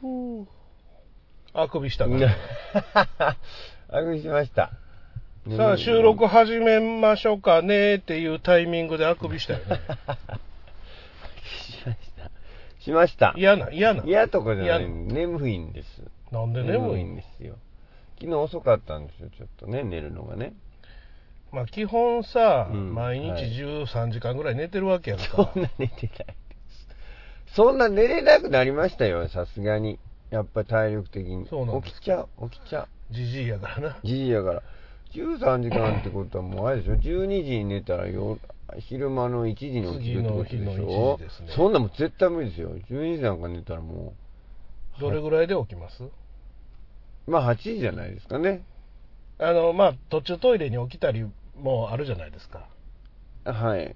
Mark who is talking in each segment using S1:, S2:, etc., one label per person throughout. S1: ふうあくびしたな
S2: あくびしました。
S1: さあ、収録始めましょうかねっていうタイミングであくびしたよね。
S2: しました。しました。
S1: 嫌な、嫌な。
S2: 嫌とかじゃない。
S1: 嫌
S2: 眠いんです。
S1: なんで
S2: 眠
S1: 眠い
S2: いんですよ。昨日遅かったんですよ、ちょっとね、寝るのがね。
S1: まあ、基本さ、
S2: うん
S1: 毎
S2: は
S1: 日
S2: い
S1: 13時間ぐらい寝てるわけやん
S2: そ
S1: か。
S2: んな寝てないです。そんな寝れなくなりましたよ、さすがに。やっぱ体力的に。
S1: そうなんで
S2: 起
S1: す
S2: きちゃう、起きちゃう。
S1: じじいやからな。
S2: じじいやから。13時間ってことはもうあれでしょ、12時に寝たらよ昼間の1時に起きるってことでし
S1: 次の日の1
S2: ょ
S1: 時ですね
S2: そんなもん絶対無理ですよ。12時なんか寝たらも
S1: どれぐらいで起きます
S2: う、まあ8時じゃないですかね。
S1: あの、まあ、途中トイレに起きたりもあるじゃないですか。
S2: はい。
S1: 例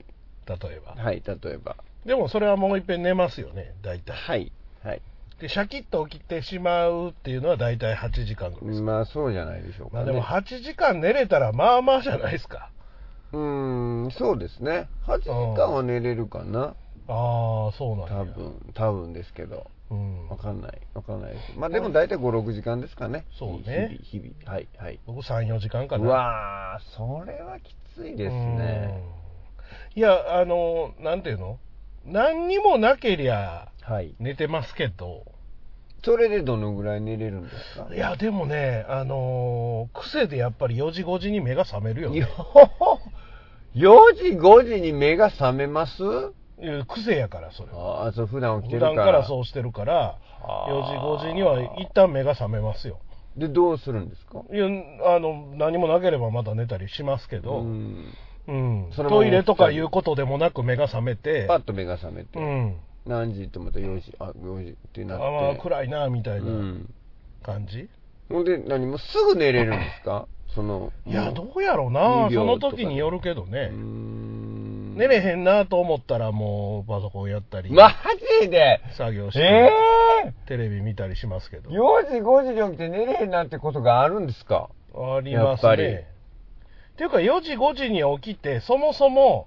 S1: えば。
S2: はい、例えば。
S1: でも、それはもういっぺん寝ますよね、大体。
S2: はい。はい。
S1: で、シャキッと起きてしまうっていうのは大体8時間ぐらいです。
S2: まあそうじゃないでしょう
S1: ま
S2: か
S1: あ、で
S2: ね。
S1: も8時間寝れたら、まあまあじゃないですか。
S2: うーん、そうですね。8時間は寝れるかな。
S1: ああ、そうなんや
S2: 多。分、多分ですけど。
S1: うん
S2: わ。かんない。わかんないです。まあでも大体5、6時間ですかね。
S1: そうね
S2: 日々、日々。はい、はい。
S1: 僕3、4時間かな。
S2: うわー、それはきついですね。
S1: うん。いや、あの、なんていうの何にもなけりゃ
S2: はい。
S1: 寝てますけど、
S2: それでどのぐらい寝れるんですか
S1: いや、でもね、あのー癖でやっぱり4時、5時に目が覚めるよね
S2: よ。4時、5時に目が覚めます
S1: いや癖やから、それは。
S2: ああ、そう、普段起きて
S1: 普
S2: るから。
S1: 段からそうしてるから、
S2: あー
S1: 4時、5時には一旦目が覚めますよ。
S2: で、どうするんですか
S1: いや、あの、何もなければまだ寝たりしますけど、
S2: う
S1: うん。
S2: ん。そのまま
S1: トイレとかいうことでもなく目が覚めて、
S2: パッと目が覚めて。
S1: うん。
S2: 何時ってまた4時、あ、4時って
S1: あ
S2: なって。。
S1: まあ、暗いな、みたいうなん感じ。
S2: ほんで、何もうすぐ寝れるんですかその。
S1: いや、
S2: も
S1: どうやろうな、
S2: 2
S1: そ
S2: 秒
S1: の
S2: とか
S1: 時によるけど
S2: う
S1: ね
S2: うー、ん。
S1: 寝れへんなと思ったら、もうパソコンやったり、
S2: マジで
S1: 作業して、
S2: え
S1: テレビ見たりしますけ
S2: え
S1: ど、
S2: !4 時、5時に起きて寝れへんなんてことがあるんですか
S1: あります
S2: やっぱり
S1: ね。っていうか、4時、5時に起きて、そもそも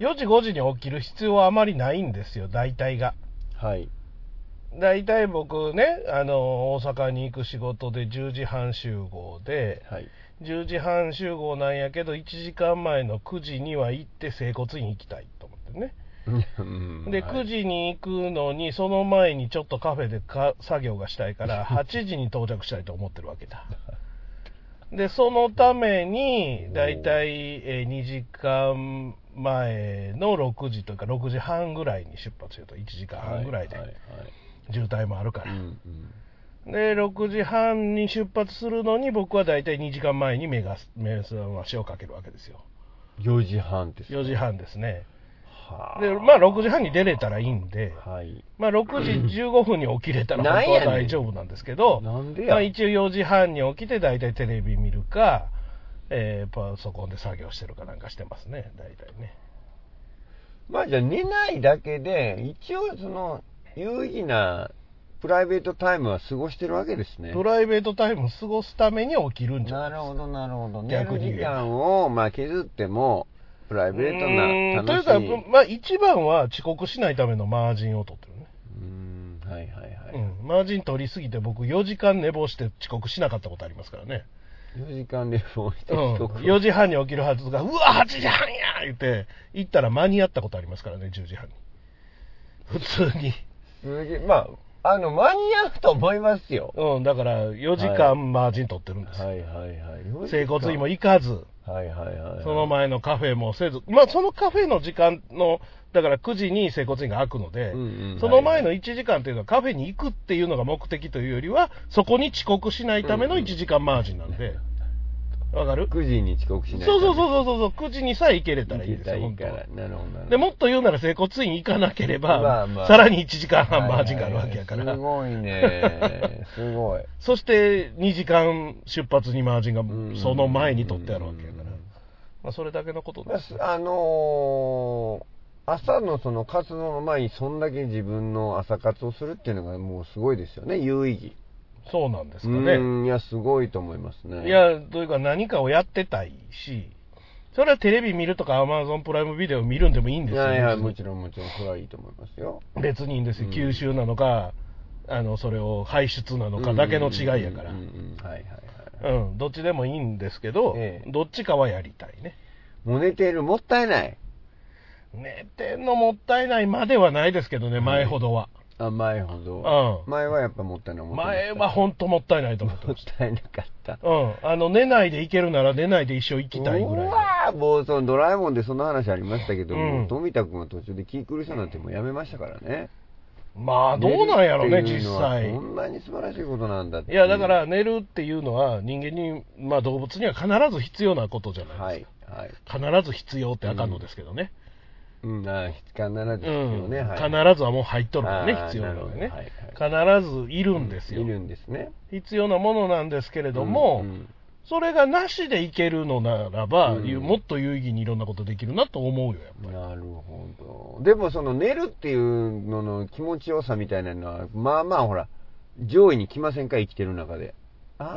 S1: 4時、5時に起きる必要はあまりないんですよ、大体が。
S2: はい。
S1: 大体僕ね、あの大阪に行く仕事で10時半集合で、
S2: はい。
S1: 10時半集合なんやけど、1時間前の9時には行って、整骨院行きたいと思ってね。
S2: うん
S1: で、
S2: はい
S1: 9時に行くのに、その前にちょっとカフェでか作業がしたい から、8時に到着したいと思ってるわけだ。で、そのために、だいたいえー2時間前の6時というか、6時半ぐらいに出発すると、1時間半ぐらいで
S2: は、はい
S1: 渋滞もあるか
S2: はい
S1: ら
S2: う。んうん
S1: で、6時半に出発するのに、僕はだいたい2時間前に目が、目覚ましをかけるわけですよ。
S2: 4時半ですか。
S1: 4時半ですね。
S2: はあ。
S1: で、まあ6時半に出れたらいいんで、
S2: はい。
S1: まあ、6時15分に起きれたら本当は大丈夫なんですけど、
S2: なんでや
S1: まあ、一応4時半に起きて、大体テレビ見るか、えーパソコンで作業してるかなんかしてますね、大体ね。
S2: まあじゃあ寝ないだけで、一応その、有意義なプライベートタイムは過ごしてるわけですね。
S1: プライベートタイム過ごすために起きるんじゃな
S2: ない
S1: で
S2: る
S1: す
S2: ほど、なるほど。寝
S1: 逆
S2: る
S1: に言えば
S2: 時間を、まあ、削っても、プライベート
S1: うーん
S2: な、楽しい。
S1: というか、まあ、一番は遅刻しないためのマージンを取ってるね。
S2: うーん、はいはいはい。
S1: うん、マージン取りすぎて、僕、4時間寝坊して遅刻しなかったことありますからね。
S2: 4時間でもう一
S1: うん、
S2: 刻。
S1: 4時半に起きるはずが、うわ、8時半や言って、行ったら間に合ったことありますからね、10時半に。普通に。
S2: すげえまあ、あの、間に合うと思いますよ。
S1: うん、だから4時間
S2: はい
S1: マージン取ってるんですよ。
S2: はいはいはい。4時間
S1: 整骨院も行かず、
S2: はいはいはい。
S1: その。前のカフェもせず、まあそのカフェの時間の、だから9時に整骨院が開くので、
S2: うんうん
S1: その前の
S2: はい
S1: 1時間っていうのはカフェに行くっていうのが目的というよりは、そこに遅刻しないための1時間マージンなんで、わ、かる
S2: 9時に遅刻
S1: そう
S2: しない
S1: そうそう
S2: う。
S1: そうそう、9時にさえ行けれたらいい
S2: 行
S1: で
S2: けた
S1: すよ、
S2: らいい
S1: 本当
S2: か
S1: は
S2: ら。。なるほどなるほど。
S1: でもっと言うなら整骨院行かなければ、
S2: まあまあ
S1: さらに1時間半マージンがあるわけやから。
S2: はいはいはいすごいね。すごい。
S1: そして2時間出発にマージンがその前に取ってあるわけやから
S2: うん、
S1: まあ、それだけのこと
S2: まあ
S1: です
S2: す。あのー朝のその活動の前にそんだけ自分の朝活をするっていうのがもうすごいですよね、有意義。
S1: そうなんですか
S2: う
S1: ね。
S2: ーん、いや、すごいと思いますね。
S1: い、や、というか何かをやってたいし、それはテレビ見るとか、アマゾンプライムビデオ見るんでもいいん
S2: い
S1: ですよ。
S2: やいや、
S1: 別に
S2: もちろんもちろん、それはいいと思いますよ。
S1: 別にいいんですよ。
S2: うん
S1: 九州なのか、あの、それを排出なのかだけの違いやから
S2: うん。うんうんはいはいはい。
S1: うん、どっちでもいいんですけど、
S2: ええ
S1: どっちかはやりたいね。
S2: もう寝ている、もったいない。
S1: 寝てんのもったいないまではないですけどね、前ほどは。
S2: あ、前ほど。
S1: うん
S2: 前はやっぱもったいない思ってまし
S1: 前
S2: た
S1: はほんともったいないと思って
S2: もっ
S1: ました
S2: いなかった。。
S1: た。うん、あの、寝ないで行けるなら寝ないで一生行きたいぐらいう
S2: わーもうそのドラえもんでそんな話ありましたけど、
S1: うん
S2: もう富田君は途中で気狂いそうになってもうやめましたからね。
S1: まあ、どうなんやろね、
S2: 寝るって
S1: 実
S2: いうのは
S1: 際
S2: そ。んなに素晴らしいことなんだって
S1: いうや、だか、ら寝るっていうのは人間に、まあ動物には必ず必要なことじゃな
S2: はい
S1: で
S2: い、はい。
S1: すか。必ず必要ってあかんのですけどね。
S2: うん、あー必要な
S1: うん
S2: ですよね。はい、
S1: 必ずはもう入っとるからね、
S2: あー
S1: 必要なのでね
S2: なる。
S1: 必ずいるんですよ
S2: い。るんですね。
S1: 必要なものなんですけれども、
S2: うん
S1: それがなしでいけるのならば、
S2: うん
S1: もっと有意義にいろんなことできるなと思うよ、やっぱり。
S2: なるほど。でもその寝るっていうのの気持ちよさみたいなのは、まあまあほら、上位に来ませんか、生きてる中で。
S1: あ
S2: ー素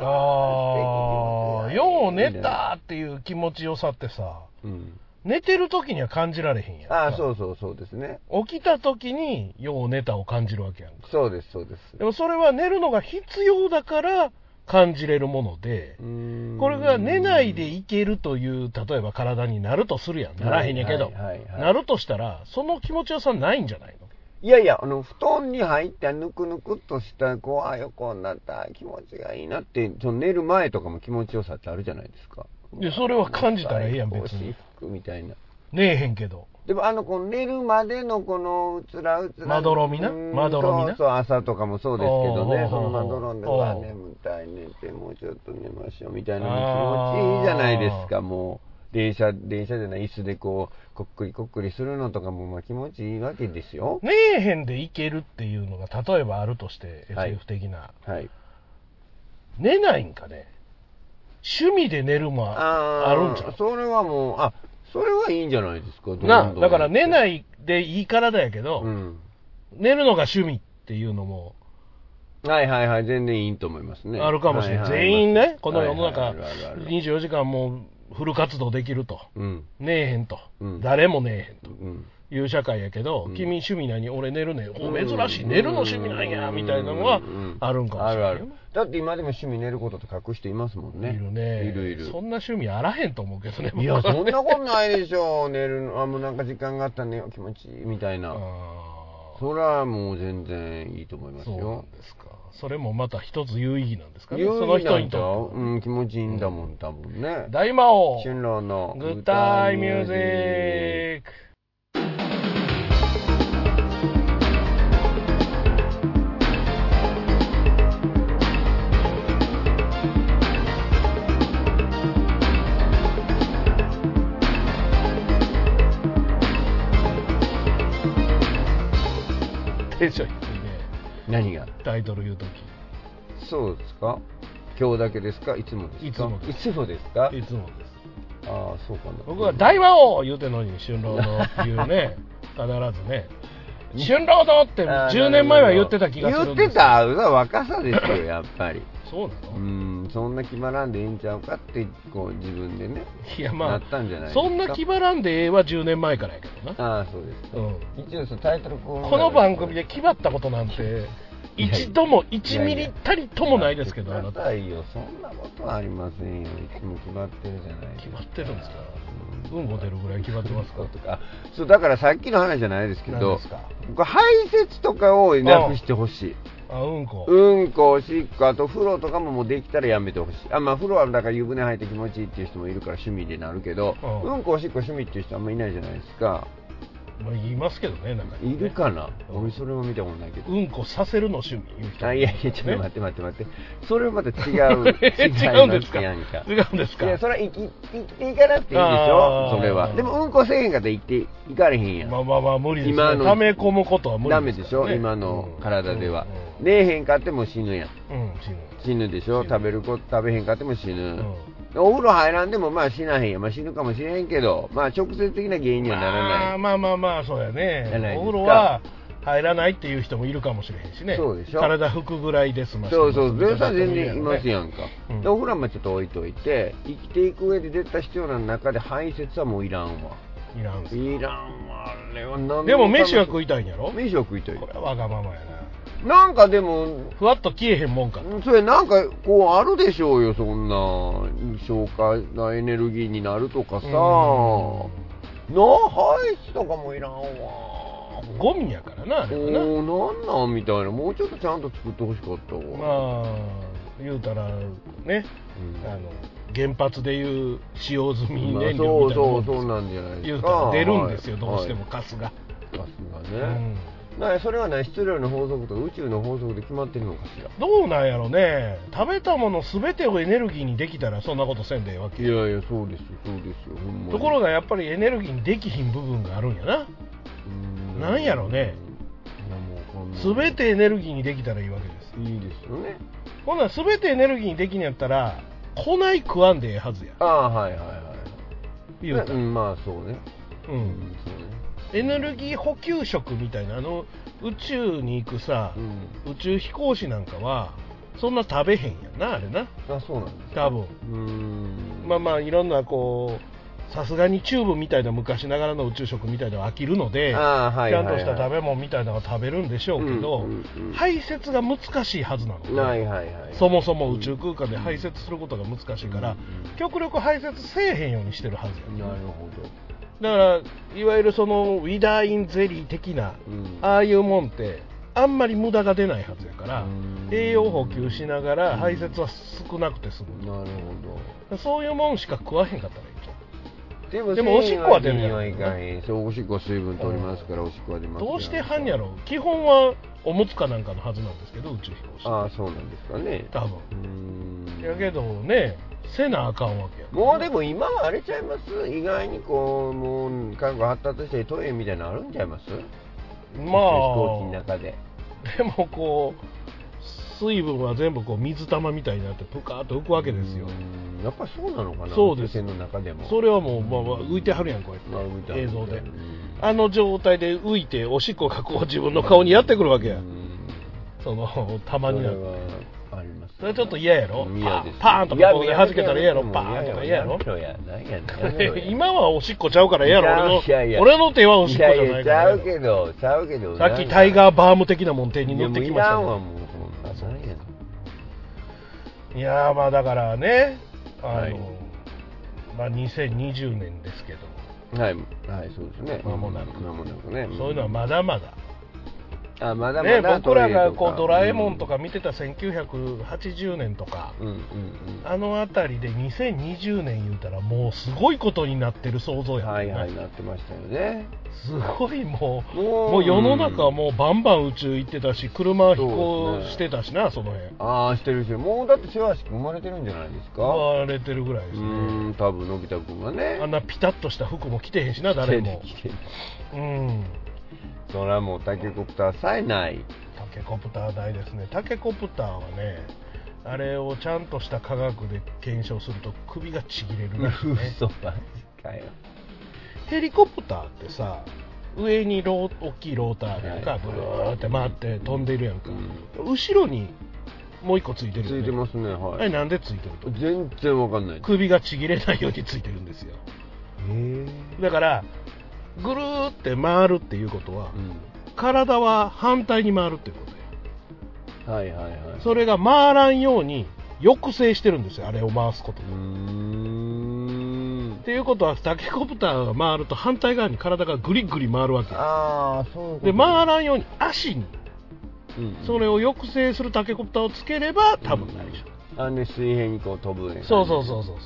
S1: あ、
S2: 敵
S1: よう寝たっていう気持ちよさってさ、
S2: うん。
S1: 寝てる時には感じられへんやんか。
S2: ああ、そうそうそうですね。
S1: 起きた時に、よう寝たを感じるわけやんか。
S2: そうです、そうです。
S1: でもそれは寝るのが必要だから感じれるもので、こ
S2: こ
S1: れが寝ないでいけるという、例えば体になるとするやん。ならへんやけど。
S2: はいはいはいはい
S1: なるとしたら、その気持ちよさないんじゃないの
S2: いやいや、あの、布団に入って、ぬくぬくっとした、こう、あ、横になった、気持ちがいいなって、その寝る前とかも気持ちよさってあるじゃないですか。
S1: いやそれは感じたらええやん別に
S2: 最高至福みたいな。
S1: 寝えへんけど。
S2: でも、あの、この寝るまでの、この、うつらうつら。
S1: まどろみな
S2: うん
S1: まどろみな
S2: そうそう、朝とかもそうですけど
S1: おー
S2: ね、そのまどろんで、
S1: おー
S2: うわ、眠たい、寝て、もうちょっと寝ましょう、みたいなのも気持ちいいじゃないです
S1: あ
S2: か、もう。電車、電車じゃない、椅子でこう、こっくりこっくりするのとかも、まあ気持ちいいわけですよ。
S1: 寝えへんでいけるっていうのが、例えばあるとして、
S2: はい
S1: SF 的な。
S2: はい。
S1: 寝ないんかね。趣味で寝るもああるんちゃう
S2: それはもう、あ、それはいいんじゃないですか、
S1: なあだから寝ないいでいいからだやけど、
S2: うん。
S1: 寝るのが趣味っていうのも
S2: はいはいはい、全然いいと思いますね。
S1: あるかもしれない。
S2: はは
S1: 全員
S2: はい
S1: ね、この世の中、
S2: はいはいあるあるある
S1: 24時間もうフル活動できると。
S2: うん。
S1: 寝えへんと。
S2: うん
S1: 誰も寝えへんと。
S2: うん。
S1: いう社会やけど、
S2: うん
S1: 君趣味何俺寝るねお
S2: うん
S1: 珍しい寝るの趣味なんやみたいなのはあるんかもしれない
S2: あるあるだって今でも趣味寝ることって書く人いますもんね
S1: いるね
S2: いるいる
S1: そんな趣味あらへんと思うけどね
S2: いや
S1: 僕は
S2: そんなことないでしょ寝るのあもうなんか時間があったね気持ちいいみたいな
S1: あー
S2: それはもう全然いいと思います
S1: そうなん
S2: よ
S1: ですかそれもまた一つ有意義なんですかね
S2: 言
S1: そうの
S2: の
S1: 人
S2: 人
S1: に
S2: に
S1: とっては
S2: うん気持ちいいんだもん多分ね
S1: 大魔王
S2: 春郎の
S1: グッタイミュージックテンション低いね
S2: 何が
S1: タイトル言うと
S2: そうですか今日だけですかいつもですか
S1: いつもです
S2: いつもですか
S1: きいつもです
S2: ああそうかな
S1: 僕は大魔王言うてんのに春郎のっていう ね必ずね春郎のって
S2: ああ
S1: 10年前は言ってた気がするんです
S2: 言ってた若さですよやっぱり
S1: そうな
S2: う
S1: の、
S2: んそんな決まらんでええんちゃうかってこう自分でね
S1: いやま
S2: なったんじゃない
S1: あ
S2: ですか
S1: そんな気張らんでええは10年前からやけどな、
S2: ああそうですか、
S1: うん、
S2: 一応そのタイトルこう
S1: この番組で気張ったことなんて
S2: いや
S1: 一度も1ミリたりともないですけど
S2: あ
S1: あ
S2: な
S1: な
S2: た
S1: た
S2: いよそんなことはありませんよいつも決まってるじゃないで
S1: 気
S2: すか
S1: 張ってるんですかうんこ出るぐらい気張ってますか
S2: とかそうだからさっきの話じゃないですけ
S1: 何
S2: ど
S1: ですか
S2: 僕排泄とかをなくしてほしい
S1: あうんこ、
S2: うんこ、おしっこ、あと風呂とかももうできたらやめてほしい。あ、まあ風呂はだから湯船入って気持ちいいっていう人もいるから趣味でなるけど、
S1: うん
S2: うんこ、おしっこ趣味っていう人あんまいないじゃないですか。
S1: まあ、言いますけどねなんかね
S2: いるかな、
S1: うん
S2: 俺それも見たことないけど。
S1: うんこさせるの趣味言う人
S2: あいやいや、ちょっと待って待って待って。それはまた違う。
S1: え 違うんですか
S2: 違いますやんか
S1: 違うんですか
S2: いや、それは生き、生きていかなくていいでし
S1: あ
S2: ょ
S1: ー
S2: それは。でもうんこせえへんかったら生きていかれへんやん。
S1: まあまあまあ無理です、ね、
S2: 今の
S1: 溜め込むことは無
S2: ダ
S1: 理
S2: メ
S1: す
S2: でし
S1: からね
S2: ょ今の体では。
S1: うん
S2: ねえへんかっても死ぬやん。
S1: うんうん死ぬ
S2: 死ぬでしょ
S1: 死ぬ
S2: 食べること食べへんかっても死
S1: う
S2: ぬ、
S1: ん
S2: お風呂入らんでもまあ死なへんや、まあ、死ぬかもしれへんけどまあ直接的な原因にはならない、
S1: まあまあまあまあそうやね
S2: じゃないですか
S1: お風呂は入らないっていう人もいるかもしれへんしね
S2: そうでしょ
S1: 体拭くぐらいですま
S2: そうそう
S1: 全
S2: 全然全然いますやんか、
S1: うん
S2: でお風呂はまあちょっと置いといて生きていく上で絶対必要な中で排泄はもういらんわ
S1: いらんす
S2: いらんわあれは何
S1: でも飯は
S2: い
S1: 食いたいんやろこ
S2: 飯は食いたい
S1: れはわがままやな
S2: なんかでも、
S1: ふわっと消えへんもんか。
S2: それなんかこうあるでしょうよ、そんな消化なエネルギーになるとかさ、
S1: うん
S2: な排出とかもいらんわ。
S1: ゴミやからな、あれはな。
S2: おーなんなんみたいな、もうちょっとちゃんと作ってほしかったわ。
S1: まあ、言うたら、ね、
S2: うん
S1: あの、原発でいう使用済み
S2: まあ
S1: 燃料
S2: そ
S1: み
S2: う
S1: たいなもんで
S2: そう
S1: す
S2: そうなんじゃないで
S1: 言
S2: す
S1: うたら
S2: か。
S1: 出るんですよ、
S2: はい
S1: どうしても
S2: は
S1: ガスが。
S2: いさす
S1: う
S2: がね
S1: ん。
S2: なそれはね、質量の法則と宇宙の法則で決まってるのかしら。
S1: どうなんやろね食べたもの全てをエネルギーにできたらそんなことせんでええわけ
S2: いやいや、そうですよ、そうですよ、ほんまに。
S1: ところがやっぱりエネルギーにできひん部分があるんやな
S2: うん
S1: なんやろね。
S2: いやもうこんな
S1: 全てエネルギーにできたらいいわけです
S2: いいですよね。
S1: ほんなら全てエネルギーにできんやったら来ない食わんでええはずや
S2: ああ、はいはいはい。
S1: 言うたら、
S2: う
S1: うん
S2: ん、まあそうね。うん、そうね。
S1: エネルギー補給食みたいなあの宇宙に行くさ
S2: う、ん。
S1: 宇宙飛行士なんかはそんな食べへんやんなあれな
S2: あ、そうなんです。
S1: 多分
S2: うーん。
S1: まあまあいろんなこうさすがにチューブみたいな昔ながらの宇宙食みたいなのは飽きるので
S2: あーはいはいはい
S1: ちゃんとした食べ物みたいなのは食べるんでしょうけど、
S2: うんうんうん
S1: 排泄が難しいはずなので
S2: はいはいはい。
S1: そもそも宇宙空間で排泄することが難しいから、
S2: うん
S1: 極力排泄せえへんようにしてるはずや
S2: なるほど。
S1: だからいわゆるそのウィダーインゼリー的な
S2: うん
S1: ああいうもんってあんまり無駄が出ないはずやから
S2: うん
S1: 栄養補給しながら排泄は少なくて済む
S2: なる
S1: そういうもんしか食わへんかったらいいと
S2: ほど。でも
S1: でもおしっこは出る
S2: ん
S1: やろ
S2: はいかんそう、おしっこは水分取りますから、おしっこは出ますよ
S1: どうしてはんやろ基本はおむつかなんかのはずなんですけど宇宙飛行士
S2: ああ、そうなんですかね。
S1: 多分
S2: うーん
S1: やけどねせなあかんわけや
S2: もうでも今は荒れちゃいます意外にこう、もう、韓国発達してトイレみたいなのあるんちゃいます
S1: ま
S2: 宇宙飛行機の
S1: あ
S2: 中で。
S1: でもこう水分は全部こう水玉みたいになってプカーッと浮くわけですよ
S2: うんやっぱりそうなのかな
S1: そうです
S2: 宇宙船の中でも。
S1: それはもう、まあまあ、浮いてはるやんこう
S2: まあ
S1: や
S2: 浮い
S1: って
S2: はる
S1: 映像で
S2: うん
S1: あの状態で浮いておしっこがこう自分の顔にやってくるわけや
S2: うん
S1: そ の玉になる
S2: それはあります、
S1: それちょっと嫌やろ
S2: 嫌です
S1: パーンパーンとここで弾けたら嫌やろ
S2: もう
S1: パーンとか嫌やろ
S2: やめろやなんやねんやめろや
S1: 今はおしっこちゃうからええやろ
S2: いやい
S1: 俺の俺
S2: や
S1: の手はおしっこじゃない
S2: や
S1: か
S2: やちゃ
S1: ら
S2: うけどちゃうけど
S1: さっきタイ
S2: ー
S1: ガーバーム的なもん手に
S2: に
S1: 塗
S2: 乗
S1: っ
S2: ってて
S1: き
S2: き
S1: ま
S2: ま
S1: し
S2: したた
S1: ね
S2: もうそんななんやねん
S1: いやーまあだからねあの、
S2: はい
S1: まあ、2020年ですけど、
S2: はい、はい、そうですね。
S1: 間もなく
S2: 間もなくね。
S1: そういうのはまだまだ
S2: あ、まだまだ
S1: ね、僕らがこうドラえもんと
S2: か。
S1: か見てた1980年とか、
S2: うん、うん、
S1: あの辺りで2020年言うたらもうすごいことになってる想
S2: う
S1: 像
S2: ん。
S1: や
S2: はいはい、
S1: ね
S2: なってましたよね。
S1: すごいもう
S2: もう
S1: もう世の中はもうバンバン宇宙行ってたし車飛
S2: そ
S1: 行
S2: うですね
S1: してたしなそ,、の辺
S2: ああ、してるしてる。もうだって、世話しく生まれてるんじゃないですか。
S1: 言われてるぐらいで
S2: う
S1: す
S2: ー
S1: ね
S2: ん、多分のび太くんがね。
S1: あんなピタッとした服も着てへんしな誰も
S2: 来てる来てる
S1: うん
S2: そらもうタケコプターさえない。
S1: タケコプター大ですねタケコプターはねあれをちゃんとした科学で検証すると首がちぎれるらしいね
S2: 嘘マジかよ。
S1: ヘリコプターってさ上にロー大きいローターやん
S2: は
S1: か
S2: い
S1: ブルーって回って飛んでるやんか、
S2: う
S1: 後ろにもう一個ついてるよ、
S2: つ
S1: ね、
S2: いてますね、
S1: あ
S2: は
S1: れ
S2: い。
S1: なんでついてると
S2: 全然わかんない。へ
S1: 首がちぎれないようについてるんですよ
S2: え。
S1: だからぐるーって回るっていうことは、
S2: うん。
S1: 体は反対に回るっていうことや
S2: はいはいはい。
S1: それが回らんように抑制してるんですよあれを回すこと
S2: う
S1: で
S2: ーん
S1: っ。ていうことはタケコプターが回ると反対側に体がぐりぐり回るわけ
S2: ああ、そういうこと
S1: で回らんように足に
S2: うん
S1: それを抑制するタケコプターをつければ多分大丈
S2: あのね水平にこう飛ぶね
S1: 夫そうそうそうそうそう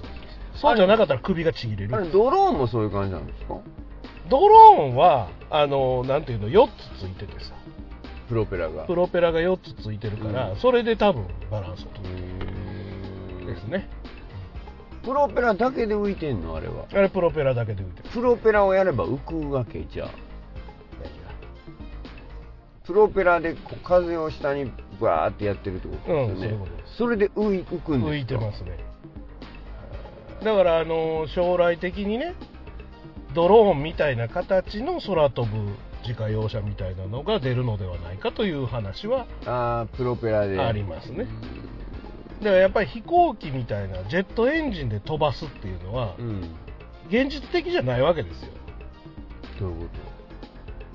S1: そうじゃなかったら首がちぎれ
S2: あ
S1: る
S2: れドローンもそういう感じなんですか
S1: ドローンはあのなんていうの4つついててさ
S2: プロペラが
S1: プロペラが4つついてるから、
S2: うん
S1: それで多分バランスを取
S2: へ
S1: る
S2: ー
S1: んですね、
S2: プロペラだけで浮いてんのあれは
S1: あれプロペラだけで浮いてる
S2: プロペラをやれば浮くわけじゃあプロペラでこう風を下にバーってやってるってことですよね、
S1: うんそういうことです
S2: それで浮い浮くんですか
S1: 浮いてますねだからあの将来的にねドローンみたいな形の空飛ぶ自家用車みたいなのが出るのではないかという話は
S2: ああプロペラで
S1: ありますねだからやっぱり飛行機みたいなジェットエンジンで飛ばすっていうのは
S2: うん
S1: 現実的じゃないわけですよ
S2: どういうこ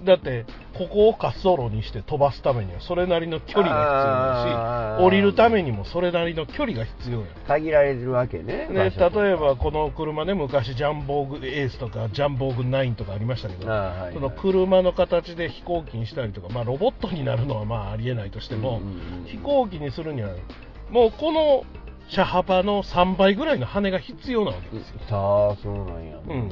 S1: だって、ここを滑走路にして飛ばすためには、それなりの距離が必要だ
S2: あ
S1: し、
S2: ー
S1: 降りるためにもそれなりの距離が必要や
S2: 限られてるわけね。
S1: ね、
S2: 場所とか
S1: 例えばこの車ね、昔、ジャンボーグエースとか、ジャンボーグ9とかありましたけど、
S2: ああはいはい
S1: その車の形で飛行機にしたりとか、まあ、ロボットになるのはまあありえないとしても、
S2: うんうんうん
S1: 飛行機にするには、もうこの車幅の3倍ぐらいの羽が必要なわけですよ、
S2: さあ、そうなんや。
S1: うん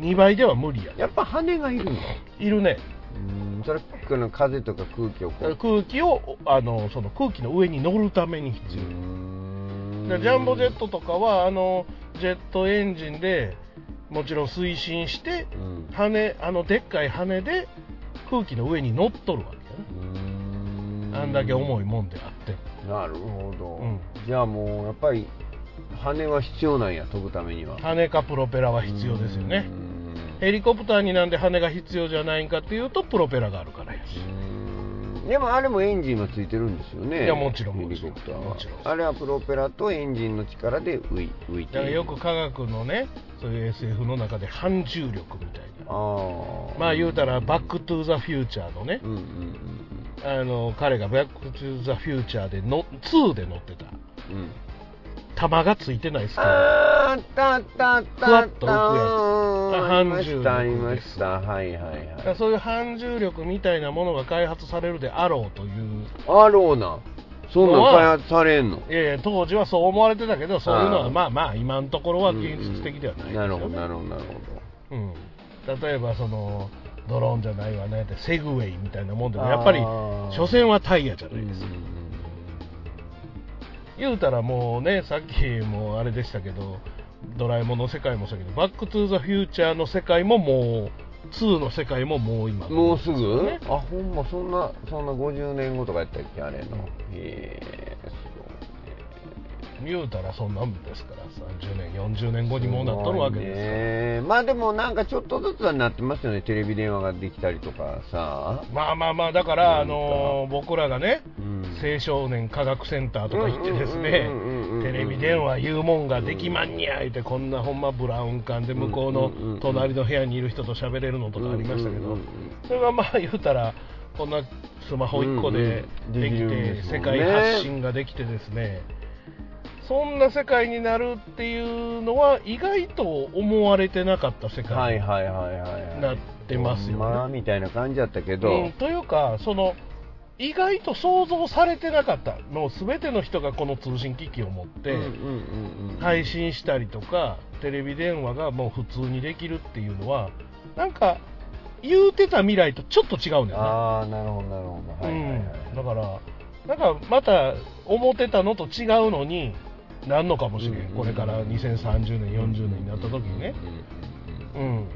S1: 2倍では無理や、
S2: やっぱ羽がいるんだ。
S1: いるね、
S2: うん、それ、この風とか空気をこう。
S1: 空気をあのその空気の上に乗るために必要。
S2: う
S1: で
S2: ん
S1: ジャンボジェットとかはあのジェットエンジンでもちろん推進して
S2: うん
S1: 羽あのでっかい羽で空気の上に乗っとるわけよね
S2: うん
S1: あんだけ重いもんであって
S2: なるほど、
S1: うん
S2: じゃあもうやっぱり羽は必要なんや飛ぶためには
S1: 羽かプロペラは必要ですよね
S2: うん
S1: ヘリコプターになんで羽が必要じゃないんかっていうとプロペラがあるからやし
S2: うんでもあれもエンジンがついてるんですよね
S1: いやもちろん
S2: ヘ
S1: も
S2: リ
S1: ちろ
S2: コ
S1: ん
S2: プターは
S1: もちろん
S2: あれはプロペラとエンジンの力で浮い浮いて
S1: だから
S2: る
S1: よく科学のねそういう SF の中で反重力みたいな
S2: ああ
S1: まあ言うたら「バック・トゥ・ザ・フューチャー」のね
S2: うんうんうん
S1: あの彼が「バック・トゥ・ザ・フューチャー」での2で乗ってた
S2: うんうん
S1: 玉がついてないスクール
S2: あーあったあったあったあっ
S1: ふ
S2: た
S1: わ
S2: あ
S1: っと浮くやつ
S2: りましたありましたはいはい
S1: だか
S2: は
S1: ら
S2: い
S1: そういう反重力みたいなものが開発されるであろうという
S2: アローなそんなん開発されんの
S1: いやいや当時はそう思われてたけどそういうの
S2: あ
S1: は
S2: ー
S1: まあまあ今のところは現実的ではないですよ、ね
S2: なるほどなるほどなるほど
S1: うん、例えばそのドローンじゃないわねってセグウェイみたいなもんでもやっぱり
S2: あー
S1: 所詮はタイヤじゃないです
S2: う
S1: か、
S2: んうん
S1: 言うたらもうねさっきもあれでしたけどドラえもんの世界もそうだけどバック・トゥ・ザ・フューチャーの世界ももう2の世界ももう今
S2: うんもうすぐ、
S1: ね
S2: あほんまそんなそんな50年後とかやったっけあれのへえ
S1: 言うたらそんなんですから30年40年後にもうなっとるわけですから
S2: ねまあでもなんかちょっとずつはなってますよねテレビ電話ができたりとかさ、
S1: まあまあまあだからあのー僕らがね
S2: うん
S1: 青少年科学センターとか行ってですね
S2: うんうんうんうんうん
S1: テレビ電話言うもんができまんにゃいってこんなほんまブラウン管で向こう
S2: うんうんう
S1: の
S2: ん
S1: 隣の部屋にいる人と喋れるのとかありましたけ
S2: うんうんう
S1: ど
S2: ん
S1: それがまあ言うたらこんなスマホ1個で
S2: うんうん
S1: でき
S2: できるんで
S1: て
S2: すも
S1: 世
S2: んね
S1: 界発信ができてですねそんな世界になるっていうのは意外と思われてなかった世界
S2: はいはいはいはいはい
S1: なってますよね
S2: まあみたいな感じやったけど、
S1: うん、というかその意外と想像されてなかったの全ての人がこの通信機器を持っ
S2: うん
S1: て
S2: うんうんうん
S1: 配信したりとかテレビ電話がもう普通にできるっていうのはなんか言うてた未来とちょっと違うんだよな、
S2: ああなるほどなるほどはいはいはい、
S1: うん、だからなんかまた思ってたのと違うのになんのかもしれん、
S2: うん
S1: これから2030年40年になった時にね
S2: うんうんうんうん
S1: うん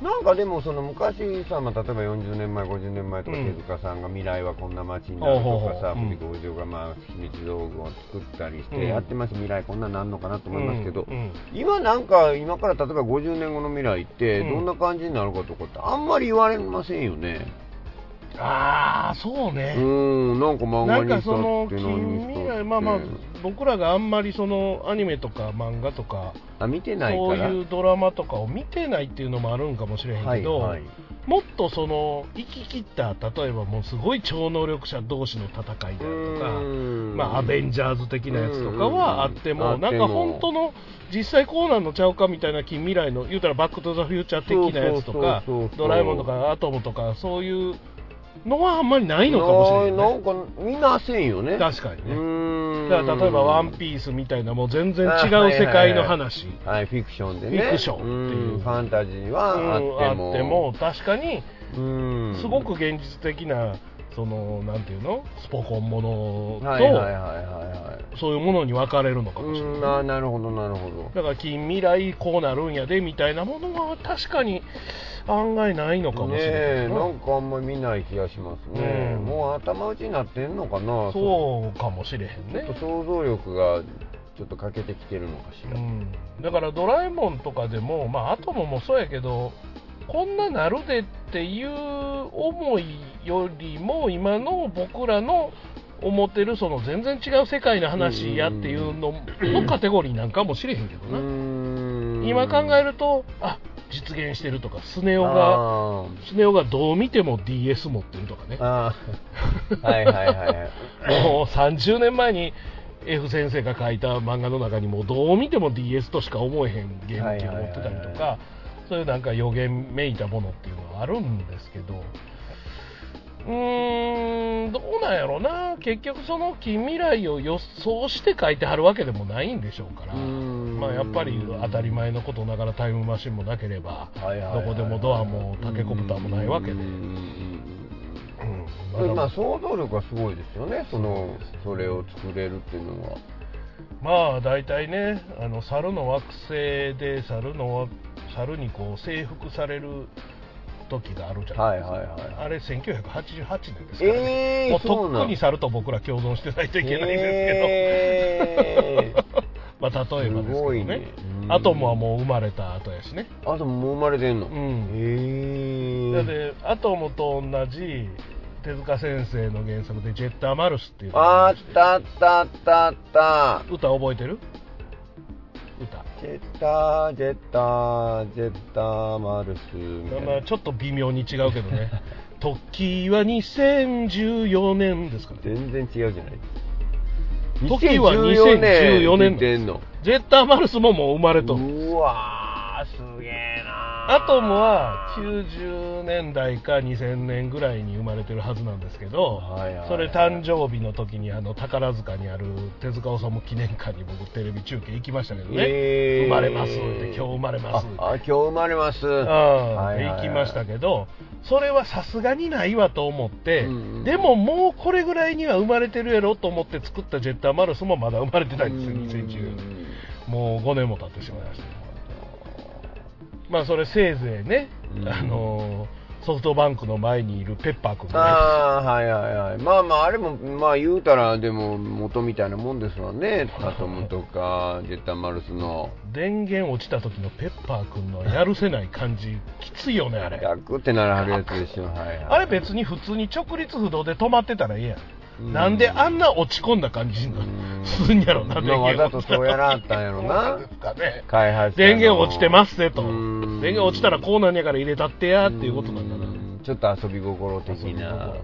S2: なんかでもその昔さ、まあ、例えば40年前50年前とか
S1: うん
S2: 手塚さんが未来はこんな街になるとかさ
S1: ほうほうほう
S2: 藤子不二雄がまあ秘密道具を作ったりし
S1: うん
S2: てやってます未来こんななんのかなと思いますけど、
S1: うんうん
S2: 今なんか今から例えば50年後の未来って
S1: うん
S2: どんな感じになるかとかってあんまり言われませんよね
S1: ああそうね、
S2: うんなんか漫
S1: な
S2: 画
S1: ん
S2: に
S1: か
S2: した
S1: そ
S2: っ
S1: の
S2: て何に
S1: 近
S2: した
S1: 未
S2: っ
S1: 来
S2: て
S1: まあまあ僕らがあんまりそのアニメとか漫画とか
S2: あ見てない
S1: そ
S2: か
S1: う
S2: ら
S1: いうドラマとかを見てないっていうのもあるんかもしれへん
S2: は
S1: け
S2: い
S1: ど、
S2: はい
S1: もっとその行き切った例えばもうすごい超能力者同士の戦いであるとか。
S2: うん
S1: まあ、アベンジャーズ的なやつとかはあっても、
S2: うん
S1: なんか本当の実際こうなんのちゃうかみたいな近未来の、言うたらバック・トゥ・ザ・フューチャー的なやつとか
S2: そうそうそうそ、
S1: ド
S2: う
S1: ラえもんとかアトムとか、そういうのはあんまりないのかもしれない、ね。
S2: んか見ませんよね
S1: 確かにね
S2: うーん
S1: だから例えば「ワンピースみたいなもう全然違う世界の話
S2: はいフィクションでね
S1: フィクションっていう
S2: うんファンタジー
S1: う
S2: はあっ
S1: ん
S2: て
S1: あっ
S2: も,、
S1: ても確かに
S2: うん
S1: すごく現実的なそのなんていうのスポコンも
S2: はいはいはい
S1: の
S2: は
S1: とそういうものに分かれるのか
S2: いはい
S1: もしれ
S2: うん
S1: ない
S2: あーなるほどなるほど
S1: だから近未来こうなるんやでみたいなものは確かに案外ないのかもし
S2: ね
S1: れ
S2: え
S1: な
S2: ないんかあんまり見ない気がしますね、
S1: うん
S2: もう頭打ちになってんのかな
S1: そうかもしれへん
S2: ちょっ
S1: ね
S2: と想像力がちょっと欠けてきてるのかしら、
S1: うん、だからドラえもんとかでも、まあ、アトムもそうやけど、こんななるでっていう思いよりも、今の僕らの思ってるその全然違う世界の話やっていうののカテゴリーなんかもしれへんけど
S2: う
S1: な、
S2: ーん
S1: 今考えると、あ実現してるとか、スネ夫が、
S2: あ
S1: スネ夫がどう見ても DS 持ってるとかね
S2: ー。あ ー。はいはいはいはい。
S1: もう30年前に F 先生が書いた漫画の中にもうどう見ても DS としか思えへんゲーム機を持ってたり
S2: はいはいは
S1: と
S2: いは
S1: かそういうなんか予言めいたものっていうのはあるんですけどうーんどうなんやろな結局その近未来を予想して書いてはるわけでもないんでしょうから
S2: うーん
S1: まあやっぱり当たり前のことながらタイムマシンもなければ
S2: はいはいはい
S1: どこでもドアもタケコプターもないわけで
S2: うんうん
S1: う
S2: うんん
S1: ま
S2: まあ
S1: だ
S2: 想像力がすごいですよね、そのそれを作れるっていうのは。
S1: まあ大体ねあの猿の惑星で猿の猿にこう征服される時があるじゃな
S2: はいい
S1: です
S2: は
S1: か、
S2: いはい。
S1: あれ1988年ですから、ね
S2: えー、
S1: もう
S2: そ
S1: と
S2: う
S1: っ
S2: な
S1: く
S2: ん
S1: に猿と僕ら共存してないといけない
S2: え
S1: ですけど、まあ例えばです
S2: す
S1: けど
S2: ご
S1: ね
S2: いねうん
S1: アトムはもう生まれた後やしね、
S2: あともう生まれてんの。
S1: うん
S2: えー、
S1: だってアトムと同じ手塚先生の原作で「ジェッターマルス」っていうのが
S2: あ
S1: ありまして
S2: ったあったあったあった。
S1: 歌覚えてる歌
S2: ジェッター、ジェッター、ジェッターマルスみたい
S1: まあ、
S2: な。
S1: ちょっと微妙に違うけどね 時は2014年ですからね
S2: 全然違うじゃない
S1: 時は2014年
S2: 出てんの。
S1: ジェッターマルスももう生まれとる
S2: うわー、すげえなー
S1: アトムは90年代か2000年ぐらいに生まれてるはずなんですけど、
S2: はいはい
S1: それ誕生日の時にあの宝塚にある手塚治虫記念館に僕テレビ中継行きましたけどね、
S2: えー
S1: 生まれますって今日生まれますって
S2: ああ今日生まれます。
S1: うん
S2: はいはいはい
S1: 行きましたけど、それはさすがにないわと思って、
S2: うんうん
S1: でももうこれぐらいには生まれてるやろと思って作ったジェッターマルスもまだ生まれてないんですよ、2014年。もう5年も経ってしまいました。まあそれせいぜいね、
S2: うん
S1: あのーソフトバンクの前にいるペッパー君がね
S2: ああ、はいはいはい。まあまあ、あれも、まあ言うたら、でも、元みたいなもんですわ ね。アトムとか、ジェッターマルスの。
S1: 電源落ちた時のペッパー君のやるせない感じ、きついよね、あれ。
S2: ガクってならはるやつでしょ。はいはい、
S1: あれ別に普通に直立不動で止まってたらいいや
S2: うん
S1: ん。なんであんな落ち込んだ感じになすんやろな、
S2: まあ
S1: 電源
S2: わざとそうやらはったんやろな
S1: そうなんですかね。
S2: 開発者の
S1: 電源落ちてますぜと。
S2: うーん
S1: 電源落ちたらこうなんやから入れたってやっていうことなんだ
S2: う
S1: な。
S2: んちょっと遊び心的
S1: 遊び心
S2: な
S1: なんかね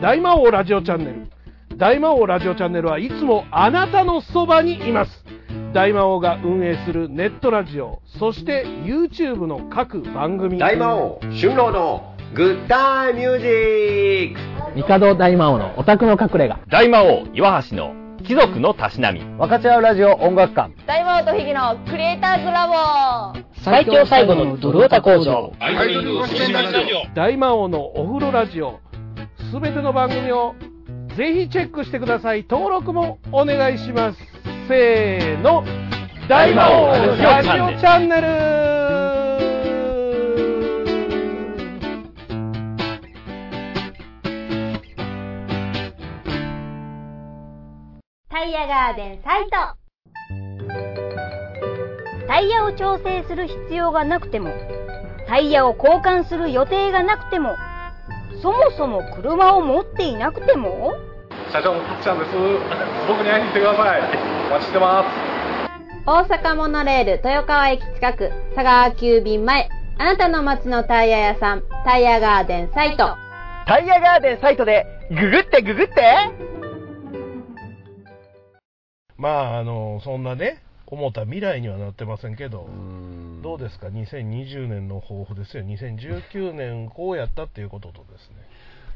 S1: 大魔王ラジオチャンネル大魔王ラジオチャンネルはいつもあなたのそばにいます大魔王が運営するネットラジオそして YouTube の各番組
S2: 大魔王春郎のグッタイミュージック
S3: 帝大魔王のオタクの隠れ家
S4: 大魔王岩橋の貴族のたしなみ
S3: 分かち合うラジオ音楽館
S5: 大魔王とヒゲのクリエイターズラボ
S3: 最強最後のドルオタ工場
S1: 大魔王のお風呂ラジオすべての番組をぜひチェックしてください登録もお願いしますせーの大魔王ラジオチャンネル
S5: タイヤガーデンサイトタイヤを調整する必要がなくてもタイヤを交換する予定がなくてもそもそも車を持っていなくても
S6: 社長もたっちゃんです。僕に会いに来てください。お待ちしてます。
S7: 大阪モノレール豊川駅近く佐川急便前あなたの街のタイヤ屋さんタイヤガーデンサイト
S3: タイヤガーデンサイトでググってググって
S1: まああのそんなね思った未来にはなってませんけどどうですか2020年の抱負ですよ2019年こうやったっていうこととですね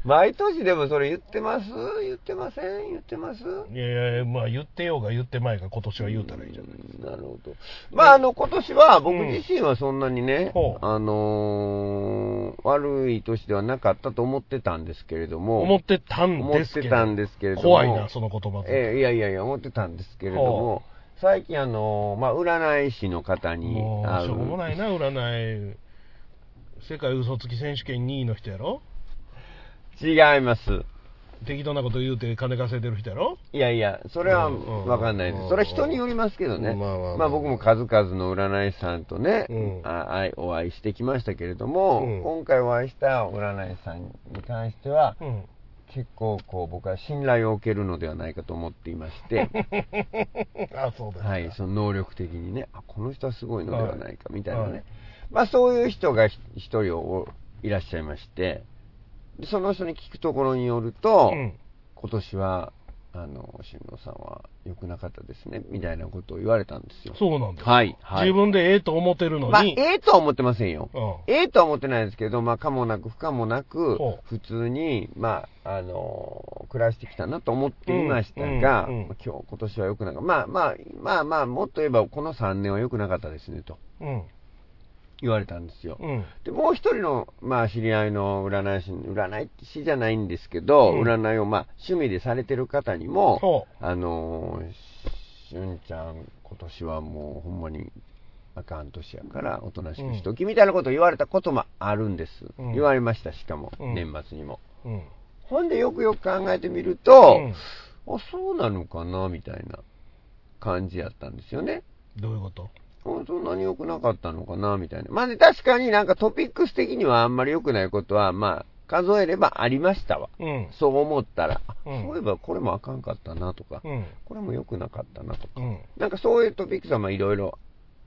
S2: 毎年でもそれ言ってます言ってません言ってます
S1: いやいや、まあ言ってようが言ってまいが今年は言うたらいいじゃない。
S2: なるほど。まあ、あの、今年は僕
S1: うん
S2: 自身はそんなにね、
S1: ほう
S2: あのー悪い年ではなかったと思ってたんですけれども、
S1: 思ってたん
S2: 思
S1: で
S2: っ
S1: すけ
S2: て
S1: ど。
S2: たんですけれども、
S1: 怖いな、その言葉で。
S2: ええいやいやいや、思ってたんですけれども
S1: ほ、
S2: 最近、あのーまあ、占い師の方に
S1: もう、
S2: 会
S1: しょうもな
S2: う、
S1: いな、占い。世界嘘つき選手権2位の人やろ
S2: 違います。
S1: 適当なこと言うて金稼いでる人やろ
S2: いやいや、それは
S1: うんうん
S2: わかんないで
S1: うん
S2: す。それは人によりますけどね。
S1: まあまあまあ
S2: まあ僕も数々の占い師さんとね
S1: うん、
S2: ああいお会いしてきましたけれど
S1: うん
S2: も、今回お会いした占い師さんに関しては、
S1: うん
S2: 結構こう僕は信頼を受けるのではないかと思っていま して、
S1: あそうですか、
S2: はい、その能力的にね、あこの人はすごいのではないかみたいなね、
S1: はい
S2: まあそういう人がひ一人おいらっしゃいまして、でその人に聞くところによると、
S1: うん
S2: 今年は、あの、新郎さんは良くなかったですね、みたいなことを言われたんですよ。
S1: そうなんですよ、
S2: はい、はい。
S1: 自分でええと思ってるのに、
S2: まあ、ええとは思ってませんよ。
S1: う
S2: ええとは思ってないですけど、まあ、可もなく不可もなく
S1: ほ、
S2: 普通に、まあ、あのー暮らしてきたなと思っていましたが、
S1: うんうんうん
S2: まあ今日、今年は良くなかった。まあまあ、まあまあ、もっと言えば、この3年は良くなかったですね、と
S1: うん
S2: 言われたんですよ。
S1: うん
S2: で、もう一人の、まあ、知り合いの占い師、占い師じゃないんですけど、
S1: うん
S2: 占いを、まあ、趣味でされてる方にも、
S1: そ
S2: あのー、しゅんちゃん、今年はもう、ほんまに、あかん年やから、おとなしくしとき、みたいなことを言われたこともあるんです。
S1: うん
S2: 言われました、しかも、
S1: うん
S2: 年末にも。
S1: う、うん
S2: ほんで、よくよく考えてみる
S1: う
S2: と
S1: ん、
S2: あ、そうなのかな、みたいな感じやったんですよね。
S1: どういうこと
S2: あそんなに良くなかったのかな、みたいな。まあね、確かになんかトピックス的にはあんまり良くないことは、まあ、数えればありましたわ。
S1: うん
S2: そう思ったら、あ
S1: うん
S2: そういえばこれもあかんかったなとか、
S1: うん
S2: これも良くなかったなとか、
S1: うん
S2: なんかそういうトピックスはまあいろいろ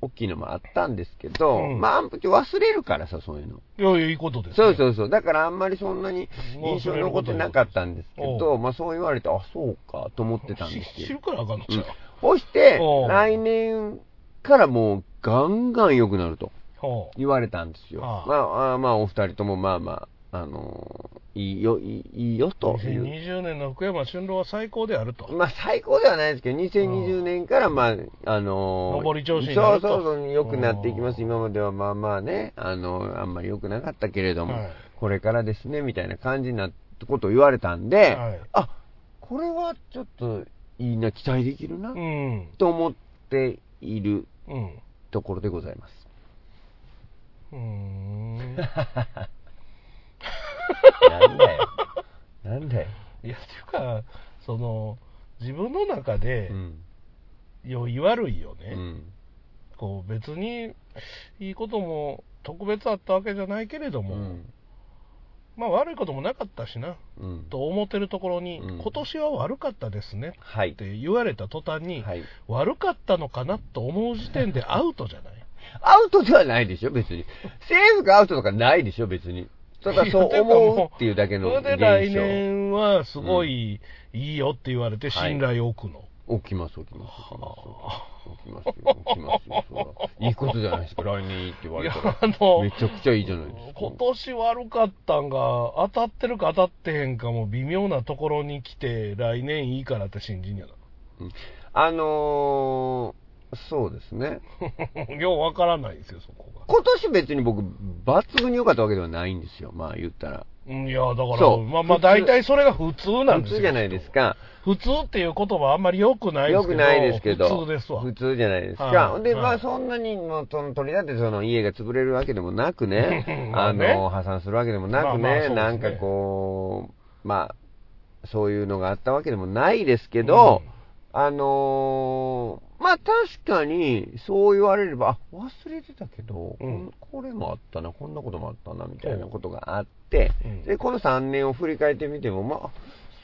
S2: 大きいのもあったんですけど、
S1: うん
S2: まあ、あんまり忘れるからさ、そういうの。
S1: いやいやいいことです、ね、
S2: そうそうそう。だからあんまりそんなに印象に残ってなかったんですけ
S1: お
S2: ど、まあそう言われて、あ、そうか、と思ってたんです
S1: し
S2: よ
S1: 知るからあかんのちゃう、
S2: そして
S1: お、う
S2: 来年からもうガンガン良くなると
S1: ほう
S2: 言われたんですよ。
S1: ああ
S2: まあ、あまあ、お二人とも、まあまあ、あのーいいよ、いいいいよという。
S1: 2020年の福山春郎は最高であると、
S2: まあ、最高ではないですけど、2020年から、まあ、あのー
S1: 上り調子になると
S2: そうそうそう、良くなっていきま
S1: う
S2: す。
S1: ん
S2: 今までは、まあまあね、あのーあんまり良くなかったけれども、
S1: はい
S2: これからですね、みたいな感じになってことを言われたんで、
S1: はい
S2: あ、これはちょっといいな、期待できるな、
S1: うん
S2: と思っている
S1: うん
S2: ところでございます。
S1: うー ん
S2: なんだ よ。なんだよ。
S1: いやっていうかその自分の中で
S2: うん。
S1: 良い悪いよね、
S2: うん。
S1: こう別にいいことも特別あったわけじゃないけれど
S2: う
S1: も、
S2: ん。
S1: まあ悪いこともなかったしな
S2: うん。
S1: と思ってるところに、
S2: うん
S1: 今年は悪かったですね
S2: は
S1: っ
S2: い。
S1: て言われた途端に、
S2: はい。
S1: 悪かったのかなと思う時点 でアウトじゃない
S2: アウトではないでしょ、別に。政府がアウトとかないでしょ、別に。ただそう思うっていうだけの
S1: それで
S2: 現
S1: 来
S2: 象。
S1: 年はすごいいいよって言われて
S2: はい
S1: 信頼を置くの、
S2: 起きます、起きます、起きます。起きますよ、起きますよ、そらいいことじゃないですか、来年いいって言わ
S1: い
S2: れ
S1: や
S2: た
S1: あ
S2: ら。
S1: の
S2: めちゃくちゃいいじゃないですか。
S1: 今年悪かったんが当たってるか当たってへんかも微妙なところに来て来年いいからって信じんや
S2: あのー、そうですね。
S1: な ようわからないですよそこが
S2: 今年別に僕、抜群に良かったわけではないんですよ、まあ言ったら。
S1: うんいやだから
S2: そう
S1: まあまあ
S2: 普通
S1: 大体それが普通なん
S2: 普
S1: ですよ
S2: 通じゃないですか。
S1: 普通っていう言葉あんまり良くないです
S2: よ
S1: けど
S2: くないですけど、
S1: 普通ですわ
S2: 普通じゃないですか。
S1: はい
S2: で、
S1: はい
S2: まあ、そんなにもう、その、取り立て、その、家が潰れるわけでもなく ね、
S1: まあ
S2: あ
S1: ね
S2: の、破産するわけでもなく
S1: まあまあそうで
S2: ね、
S1: すね
S2: なんかこう、まあ、そういうのがあったわけでもないですけど、あのーまあ確かに、そう言われれば、あ、忘れてたけど、
S1: うん
S2: これもあったな、こんなこともあったな、みたいなことがあって、
S1: うん
S2: で、この3年を振り返ってみても、まあ、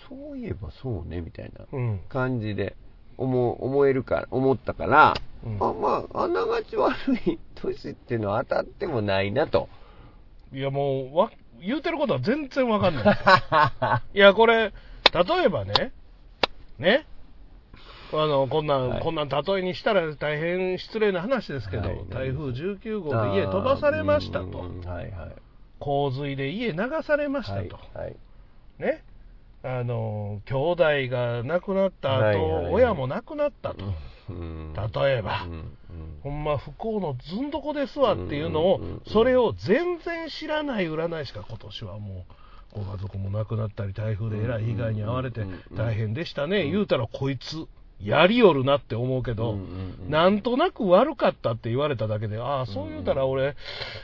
S2: そういえばそうね、みたいな。
S1: うん
S2: 感じで思う思えるから、思ったから、
S1: うん
S2: あまあ、あながち悪い年っていうのは当たってもないなと。
S1: いやもうわ言うてることは全然わかんないですよ いやこれ例えばねねあのこんなん、
S2: はい
S1: こんなん例えにしたら大変失礼な話ですけど、
S2: はい
S1: 台風19号で家飛ばされました
S2: あー
S1: と
S2: うんはいはい。
S1: 洪水で家流されましたと、
S2: はいはい
S1: ねあの兄弟が亡くなった後、
S2: はいはいはい
S1: 親も亡くなったと、
S2: うん
S1: 例えば、
S2: うんうん
S1: ほんま不幸のずんどこですわっていうのを、
S2: うんうんうん
S1: それを全然知らない占い師が今年はもう、ご家族も亡くなったり、台風でえらい被害に遭われて
S2: うんうんうん
S1: 大変でしたね、言うたらこいつ、やりよるなって思うけど、
S2: うんうんうん
S1: なんとなく悪かったって言われただけで、ああ、そう言うたら俺、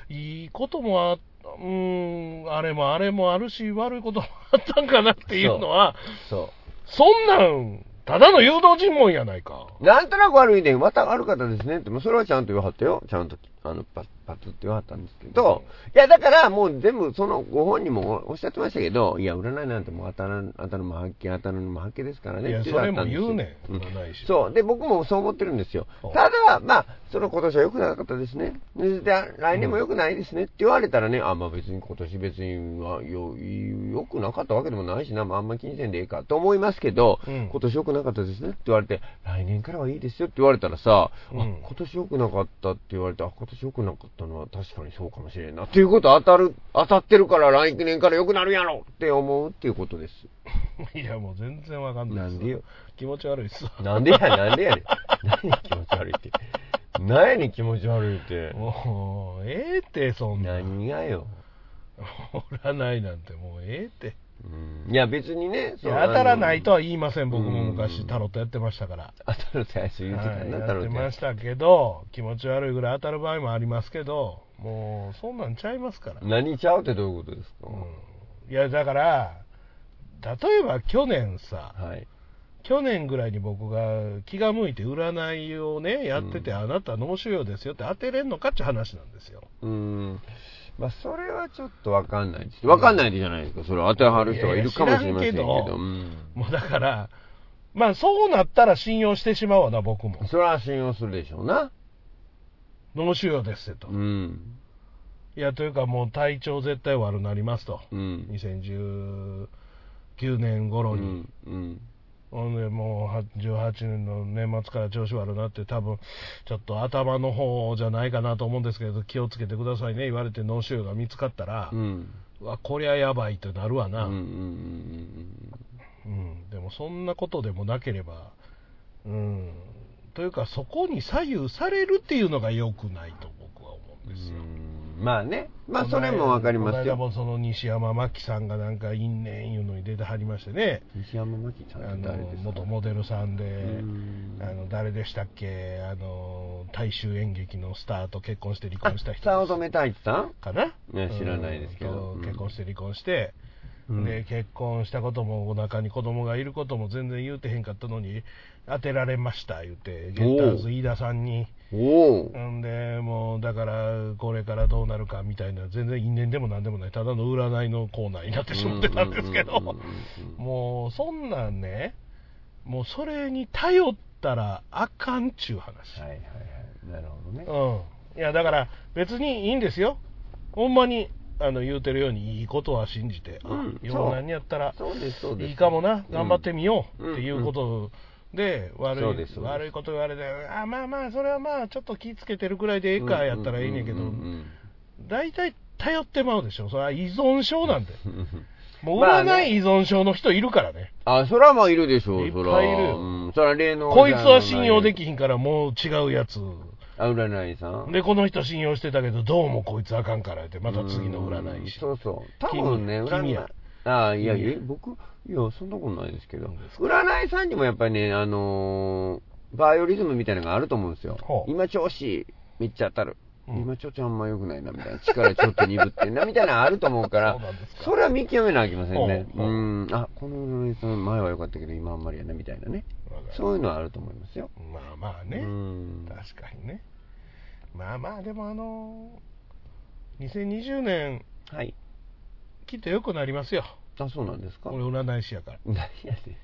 S1: いいこともあうーん、あれもあれもあるし、悪いこともあったんかなっていうのは、
S2: そ
S1: そんなん、ただの誘導尋問やないか。
S2: う。なんとなく悪いね、また悪かったですねって、もうそれはちゃんと言わはったよ。ちゃんと、あの、パパツって言わはったんですけど、いや、だからもう全部、その、ご本人もおっしゃってましたけど、いや、占いなんてもう当たらん、当たるも発見、当たるのも発見ですからね。
S1: いや、
S2: って
S1: そ
S2: 言わ
S1: れ
S2: はった
S1: も
S2: んです
S1: 言
S2: よ
S1: うねん、
S2: ん
S1: 占い師。
S2: そう。で、僕もそう思ってるんですよ
S1: うん。
S2: ただ、まあ、その今年は良くなかったですね。で、で来年も良くないですねって言われたらね、あ、まあ別に今年別にはよ良くなかったわけでもないしな、まああんま気にせんでいいかと思いますけど、
S1: うん
S2: 今年良くなかったですねって言われて、来年からはいいですよって言われたらさ、
S1: うん
S2: あ今年良くなかったって言われて、あ、今年良くなかったのは確かにそうかもしれんな。っていうことは当たる、当たってるから来年から良くなるやろって思うっていうことです。
S1: いや、もう全然わかんないっす
S2: なんでよ。
S1: 気持ち悪いっすわ。
S2: なんでや、なんでや ねん。何や気持ち悪いって。何やねん気持ち悪いって。
S1: もう、ええって、そんなん。
S2: 何がよ。
S1: 占いなんてもうええって。
S2: うんいや、別にね、
S1: いや当たらないと
S2: は。
S1: は言いません、僕も
S2: う
S1: 昔
S2: ん
S1: タロットやってましたから。
S2: 当たるとやつ言うてた
S1: はい
S2: な、
S1: や
S2: 太郎
S1: って
S2: っ。
S1: ましてたけど、気持ち悪いぐらい当たる場合もありますけど、もうそんなんちゃいますから。
S2: 何ちゃうってどういうことですか、
S1: うんいや、だから、例えば去年さ、
S2: はい。
S1: 去年ぐらいに僕が気が向いて占いをね、やってて、
S2: うん
S1: あなた脳腫瘍ですよって当てれんのかって話なんですよ。
S2: うん。まあ、それはちょっとわかんないです。わかんないでじゃないですか。それは当てはる人がいるかもしれません
S1: い
S2: け
S1: やいや知らんけど
S2: ど。うん。
S1: もうだから、まあそうなったら信用してしまうわな、僕も。
S2: それは信用するでしょうな。
S1: 脳腫瘍ですってと。
S2: うん。
S1: いや、というかもう体調絶対悪なりますと。
S2: うん。
S1: 2019年頃
S2: う
S1: に。
S2: ん。うん。
S1: ほんでもうは18年の年末から調子悪なって、多分ちょっと頭の方じゃないかなと思うんですけど、気をつけてくださいね言われて脳腫瘍が見つかったら、
S2: う。
S1: うんわ、こりゃやばいってなるわ
S2: うん。うん。
S1: な、
S2: うん。
S1: う
S2: う
S1: ん
S2: ん。
S1: でもそんなことでもなければ、うん、というか、そこに左右されるっていうのが良くないと僕は思うんですよ。
S2: うんまあね、まあそれもわかります
S1: この間
S2: よ。
S1: もその西山真紀さんがなんか因縁いうのに出てはりましてね、
S2: 西山真紀さ
S1: あ
S2: んっ
S1: の
S2: て誰ですか
S1: 元モデルさんで、
S2: うん
S1: あの誰でしたっけ、あの大衆演劇のスターと結婚して離婚した
S2: あ
S1: 人
S2: 早乙女太一さん
S1: かな、
S2: ね知らないですけど
S1: うん
S2: うん
S1: 結婚して離婚して、
S2: うん
S1: で、結婚したことも、お腹に子供がいることも全然言うてへんかったのに、当てられました言うて、ゲッターズ飯田さんに、
S2: おお
S1: んで、もうだから、これからどうなるかみたいな、全然因縁でもなんでもない、ただの占いのコーナーになってしまってたんですけ
S2: うん
S1: ど
S2: うんうんうんう。ん
S1: もうそんなんね、もうそれに頼ったらあかんちゅう話、
S2: はいはいはいなるほどね
S1: うん、いやだから別にいいんですよ、ほんまにあの言うてるように、いいことは信じて、あ
S2: うん
S1: 世
S2: そう
S1: の中にやったら
S2: そうですそうです
S1: いいかもな、頑張ってみよう
S2: うん
S1: っていうことで、悪
S2: そうですそ
S1: いう
S2: です
S1: 悪いこと言われて、あまあまあ、それはまあ、ちょっと気ぃつけてるくらいでええかやったらいいねんけど
S2: う、ん
S1: 大体頼ってまうでしょ、それは依存症なんで、
S2: うんうんうん
S1: もう
S2: まあ
S1: 占
S2: ね
S1: い依存症の人いるからね、
S2: あそらまあいるでしょう
S1: いっぱい
S2: そら
S1: いるよ
S2: うんそら例の
S1: こいつは信用で
S2: き
S1: きひんから、もう違うやつ。
S2: あ占いさん
S1: で、この人信用してたけど、どうもこいつあかんからって、また次の占い師。
S2: うんそうそう多分ね
S1: 君
S2: 占
S1: 君
S2: い
S1: や
S2: ああいやい
S1: 君や
S2: や僕いやそんなことないですけど
S1: そうです
S2: 占いさんにもやっぱりねあのーバイオリズムみたいなのがあると思うんですよ
S1: ほう
S2: 今調子めっちゃ当たる、
S1: うん
S2: 今調子あんま良くないなみたいな力ちょっと鈍ってんなみたいなのあると思うから
S1: そうなんですか
S2: それは見極めなきゃいけませんね
S1: ほ
S2: う
S1: うほうん
S2: あこの占いさん前は良かったけど今あんまりやなみたいなね
S1: わかる
S2: そういうのはあると思いますよ、
S1: まあまあね、
S2: うん
S1: 確かにね。まあまあ、でもあのー2020年、
S2: はい
S1: きっと良くなりますよ。
S2: あそうなんですか
S1: 俺、占い師やから。
S2: 何やねんそれ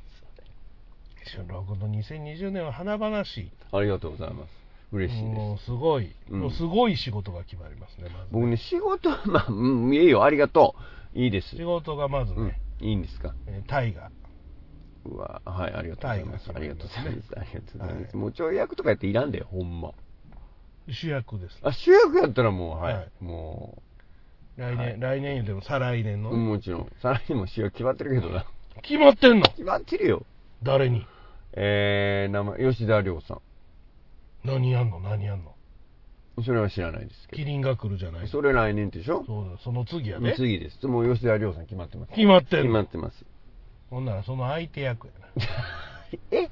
S1: 春郎君の2020年は華々しい。
S2: ありがとうございます嬉しいです
S1: もうすごい、
S2: うん
S1: もうすごい仕事が決まりますね、まずね
S2: 僕ね、仕事は、 まあ、うん、いいよ、ありがとう。いいです。
S1: 仕事がまず
S2: うん
S1: ね、、
S2: いいんですか。
S1: えー大河。
S2: うわ、はい、ありがとうございます。
S1: は
S2: あ
S1: い
S2: りがとうございます。ありがとうござい
S1: は
S2: ま
S1: い
S2: す。もうちょい役とかやっていらんだよ、ほんま。
S1: 主役です。
S2: あ、主役やったらもう、は
S1: はいい。
S2: も
S1: 来年、来年言うても再来年
S2: う、
S1: の、
S2: もちろん。さらにも主役決まってるけどな。
S1: 決まってんの
S2: 決まってるよ。
S1: 誰に
S2: えー、名前、吉田亮さ
S1: 何やんの何やんの
S2: ん。それは知らないですけ
S1: キリンが来るじゃな
S2: ど。
S1: い
S2: それ来年でしょ
S1: そうだその次やね
S2: 次です。もう吉田亮さん決まってます。
S1: 決まってん
S2: 決
S1: の
S2: まってます。
S1: ほんならその相手役やな
S2: え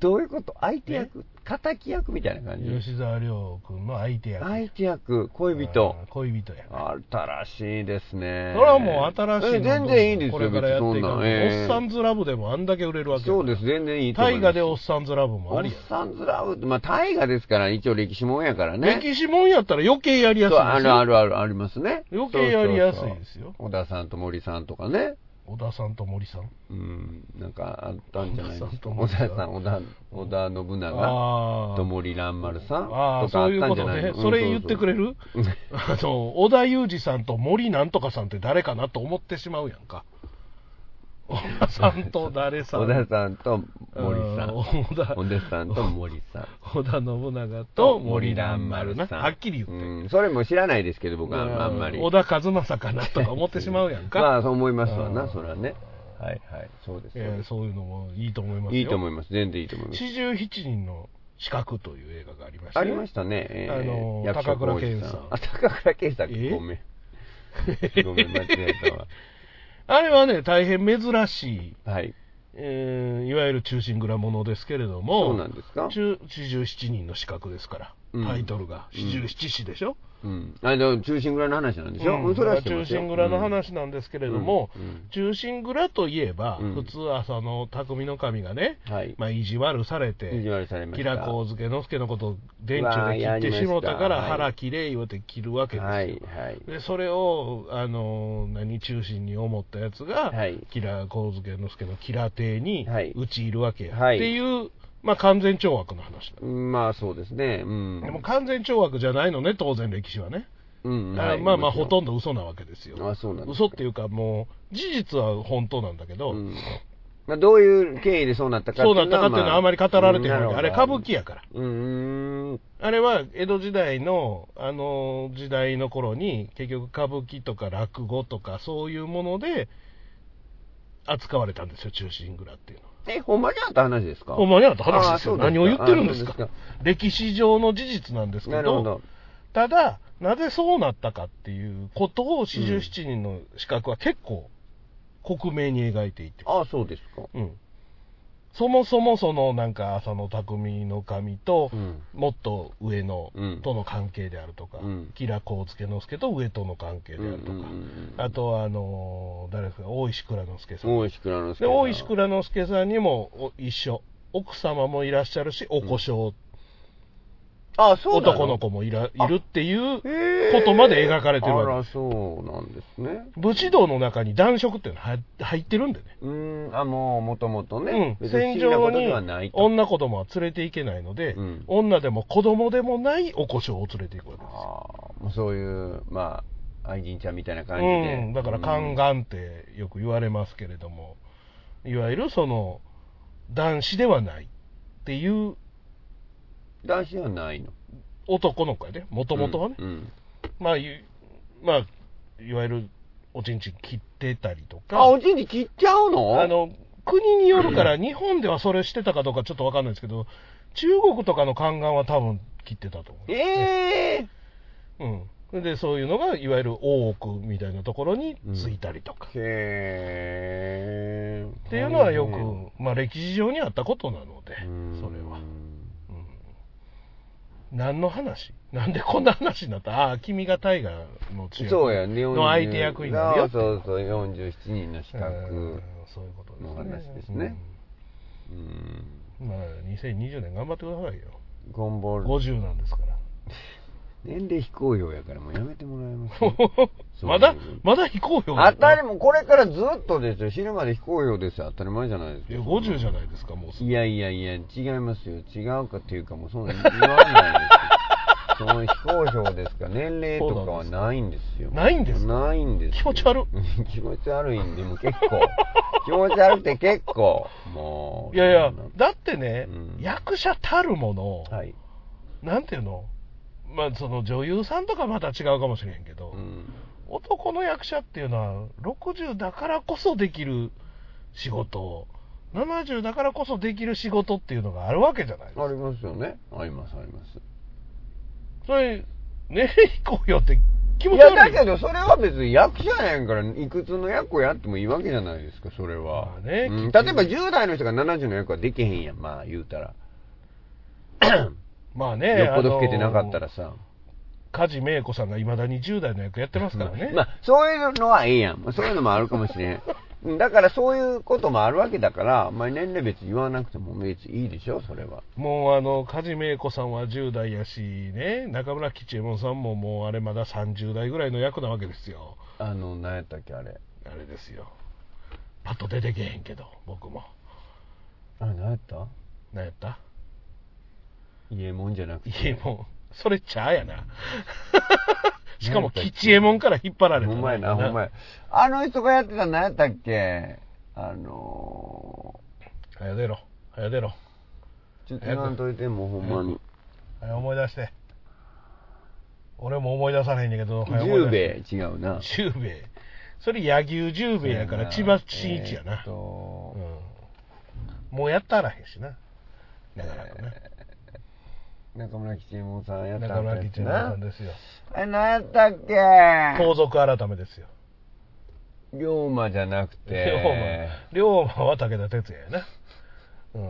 S2: どういうこと相手役敵役みたいな感じ
S1: 吉沢亮君の相手役。
S2: 相手役、恋人。
S1: うん恋人や。
S2: 新しいですね。
S1: それはもう新しい
S2: え
S1: の
S2: 全然いいですよ、
S1: これからやっていく
S2: 別にそ
S1: の
S2: んなええ
S1: おっさんずラブでもあんだけ売れるわけ
S2: そうです、全然いいと思い
S1: 大
S2: ます
S1: 河でおっさんずラブもあり
S2: おっさんずラブって、まあ、大河ですから、一応歴史もんやから
S1: や、
S2: ね。
S1: 歴史もんやったら余計やりやすい
S2: そ
S1: で
S2: う
S1: すよ
S2: あるあるあるありますね。
S1: 余計やりやすい
S2: そうそう
S1: ですよ
S2: そう小田さんと森さんとかね。
S1: 小田さんと森さん
S2: うん、なんかあったんじゃないですか。
S1: 小
S2: 小
S1: 田
S2: 田
S1: さん
S2: さ
S1: と森さん
S2: ん、小田、小田信長
S1: あ
S2: と森蘭丸さんと
S1: ああー
S2: かあ
S1: そ
S2: っ
S1: ういう
S2: た
S1: こ
S2: んじゃ
S1: と
S2: ない
S1: ね
S2: の
S1: それ言ってくれる
S2: うんそうそ
S1: あ
S2: う
S1: の織田裕二さんと森なんとかさんって誰かなと思ってしまうやん か小田さんと誰さん
S2: 小田さんと森さん。
S1: うん小田
S2: 小田さんと森さん。
S1: 織田信長と森蘭丸な
S2: さん
S1: はっきり言って、
S2: うんそれも知らないですけど、僕はあんまり。
S1: 小田和正かなとか思ってしまうやんか、
S2: まあ、そう思いますわ
S1: う
S2: な、
S1: ん
S2: それはね。はいはい。そうです
S1: えーそういうのもいいと思いますよ
S2: いいと思います。全然いいと思います。
S1: 四十七人の資格という映画がありました、
S2: あ
S1: ね、
S2: りましたね。えー
S1: あのー
S2: 役所
S1: 高倉
S2: 広司
S1: 健さん
S2: あ、高倉健さん、
S1: え
S2: ごめん。ごめん、間違えたわ。
S1: あれはね大変珍しい、
S2: はい。
S1: えーいわゆる忠臣蔵ものですけれど
S2: そう
S1: も
S2: なんですか
S1: 中四十七人の資格ですから、
S2: うん
S1: タイトルが四十七士でしょ、
S2: うん。あの、中心蔵の話なんでしょ、
S1: うん
S2: それは知って
S1: 忠
S2: ますよ
S1: 臣蔵の話なんですけれども、
S2: うんうん
S1: 忠臣蔵といえば、
S2: うん
S1: 普通はその匠の神がね、
S2: はい
S1: まあ、意地悪されて
S2: 意地悪されま
S1: 吉
S2: した
S1: 良上野介のことを電柱で切ってしもうたか
S2: う
S1: ら
S2: わーやりました
S1: 腹きれい言うて切るわけですよ、
S2: はい、はい。
S1: でそれをあの何中心に思ったやつが、
S2: はい
S1: 吉良上野介の吉良邸に
S2: はい
S1: 討ち入るわけや、
S2: はい
S1: っていう、まあ、完全懲悪の話だ、
S2: うんまあ、そうですね。うん。
S1: でも完全懲悪じゃないのね当然歴史はね、
S2: うん、
S1: だからまあまあほと
S2: ん
S1: んど嘘なわけですよ
S2: あそうなんですか
S1: 嘘っていうかもう事実は本当なんだけど、
S2: どうんまあ、どういう経緯でそうなったか
S1: そうだったかっていうのはあまり語られて
S2: な
S1: ない
S2: い
S1: わけあれ歌舞伎やから
S2: うーん。
S1: あれは江戸時代の、あの時代の頃に、結局歌舞伎とか落語とか、そういうもので扱われたんですよ、忠臣蔵っていうのは。
S2: え、ほんまにあった話ですか
S1: ほんまにあった話で
S2: ああ
S1: すよ
S2: そうですか
S1: 何を言ってるんです
S2: あ
S1: か
S2: そうです
S1: 歴史上の事実なんですけ
S2: な
S1: ど
S2: るほど。
S1: ただ、なぜそうなったかっていうことを、四十七人の資格は結構、克明に描いていて。
S2: あそうですか。
S1: うんそもそもそのなんか浅野匠の神と
S2: うん
S1: もっと上の
S2: うん
S1: との関係であるとか、
S2: うん
S1: 吉良幸助之助と上との関係であるとか、
S2: うんうんうん
S1: あとはあのー誰ですか大石蔵之助さん
S2: 大石倉之
S1: で
S2: 介さん。
S1: 大石蔵之助さんにもお一緒奥様もいらっしゃるしお小姓、
S2: あそうな
S1: 男の子もいらいるっていうことまで描かれてる
S2: あ
S1: わ
S2: ら、
S1: け
S2: そうなんですね。
S1: 武士道の中に男色っていうのは入ってるんでね
S2: うーん、あ、もう、もともとね、
S1: うん、
S2: 別に
S1: 戦
S2: 不思議なこ
S1: 場
S2: とではない
S1: に
S2: と
S1: 女子供は連れていけないので、
S2: うん
S1: 女でも子供でもないお小姓を連れていくわけ
S2: あ
S1: で
S2: ー
S1: すよ。
S2: もうそういう、まあ、愛人ちゃんみたいな感じで。
S1: うん、だから、宦官ってよく言われますけれども、いわゆるその、男子ではないっていう
S2: うん男子はないの。
S1: 男の子やね、もともとはね、
S2: うんうん
S1: まあ、ゆまあ、いわゆるおちんちん切ってたりとか、
S2: あ、おちんちん切っちゃうの
S1: あ、の国によるから、日本ではそれしてたかどうかちょっとわかんないですけど、中国とかの宦官は多分切ってたと思う。
S2: ええ
S1: うん、でそういうのがいわゆる大奥みたいなところについたりとか、
S2: ー。へー。
S1: っていうのはよく、
S2: うん
S1: まあ、歴史上にあったことなので、それは。何の話なんでこんな話になったああ、君が大河の主役
S2: そうやね、
S1: の相手役になるよって
S2: そうそうそう、47人の資
S1: うん
S2: 格。
S1: そういうことですね。
S2: の話ですねうん。
S1: うんまあ、2020年頑張ってくださいよ。
S2: ゴンボール。
S1: 50なん ですから。
S2: 年齢非公表やからもうやめてもらえま す、
S1: まだ、まだ非公表なの
S2: 当たりもこれからずっとですよ死ぬまで非公表ですよ当たり前じゃないです
S1: い
S2: か
S1: や、50じゃないですか、もうすぐ
S2: いやいやいや違いますよ違うかっていうかもうそんな言わないですよその非公表ですか年齢とかはないんですよ
S1: ないんですか
S2: ないんですよ
S1: 気持ち悪っ
S2: 気持ち悪いんでもう結構気持ち悪くて結構もう
S1: いやいや
S2: そんな、
S1: だってね、
S2: うん
S1: 役者たるもの、
S2: はい、
S1: なんていうの、まあ、その女優さんとかまた違うかもしれへんけど、
S2: うん、
S1: 男の役者っていうのは、60だからこそできる仕事、70だからこそできる仕事っていうのがあるわけじゃないです
S2: あ
S1: か。
S2: りますよねありますあります
S1: それ、ね、飛行よって気持
S2: い
S1: ち悪
S2: や
S1: い
S2: だけどそれは別に役者やんからいくつの役をやってもいいわけじゃないですかそれ
S1: ま
S2: は、
S1: あね
S2: うん例えば10代の人が70の役はできへんやんまあ言う たら、
S1: まあね
S2: よっぽど老けてなかったらさ、
S1: 梶芽衣子さんがいまだに10代の役やってますからね、
S2: まあ、そういうのはいいやん。そういうのもあるかもしれん。 うんだからそういうこともあるわけだから、あんまり年齢別に言わなくても別にいいでしょ、それは。
S1: もうあの梶芽衣子さんは10代やしね中村吉右衛門さんももうあれまだ30代ぐらいの役なわけですよ
S2: あの、何やったっけ、あれ。
S1: あれですよパッと出てけへんけど僕も
S2: あれ、何やった
S1: 何やった
S2: 家もんじゃなくて。
S1: いやもうそれちゃうや なしかも吉右衛門から引っ張られた
S2: ほんまやな、ほんまや。あの人がやってた何やったっけあの
S1: 早出ろ早出ろ
S2: ー、ちょっと言わんといてもうほんまに。
S1: 早思い出して俺も思い出されへんねんけど早思い
S2: 十
S1: 出して
S2: 兵衛違うな。
S1: 十兵衛それ柳生十兵衛やから千葉真一やな
S2: えーっ、と
S1: うん、もうやったあらへんしななかなかね
S2: 中村吉右衛門さんやった
S1: 中
S2: んだ
S1: 村
S2: やつ
S1: 吉右衛門さ。
S2: なん
S1: ですよ
S2: え、何やったっけ
S1: 盗賊改めですよ
S2: 龍馬じゃなくて、
S1: 龍馬龍馬は武田鉄矢やな、うん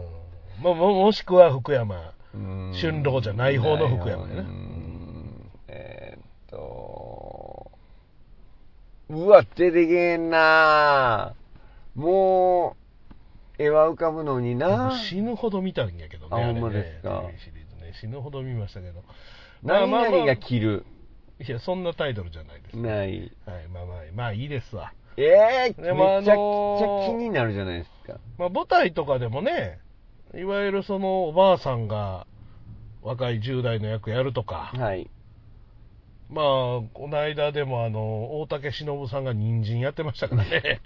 S1: まあ、ももしくは福山
S2: うん
S1: 春郎じゃない方の福山やな
S2: うんえーっと、うわ、出てけえなもう、絵は浮かぶのにな
S1: 僕死ぬほど見たんやけどね
S2: あ
S1: あれね
S2: ほんまですか
S1: テレビシリーズね死ぬほど見ましたけどまあ
S2: 何
S1: まあまあ
S2: 々が着る。
S1: いやそんなタイトルじゃないです、
S2: ない。
S1: はい、まあまあまあいいですわ
S2: えー、め
S1: でも
S2: っちゃ
S1: あのー
S2: くちゃ気になるじゃないですか。
S1: まあ、舞台とかでもね、いわゆるそのおばあさんが若い10代の役やるとか、
S2: はい。
S1: まあ、この間でもあの大竹しのぶさんが人参やってましたから ね、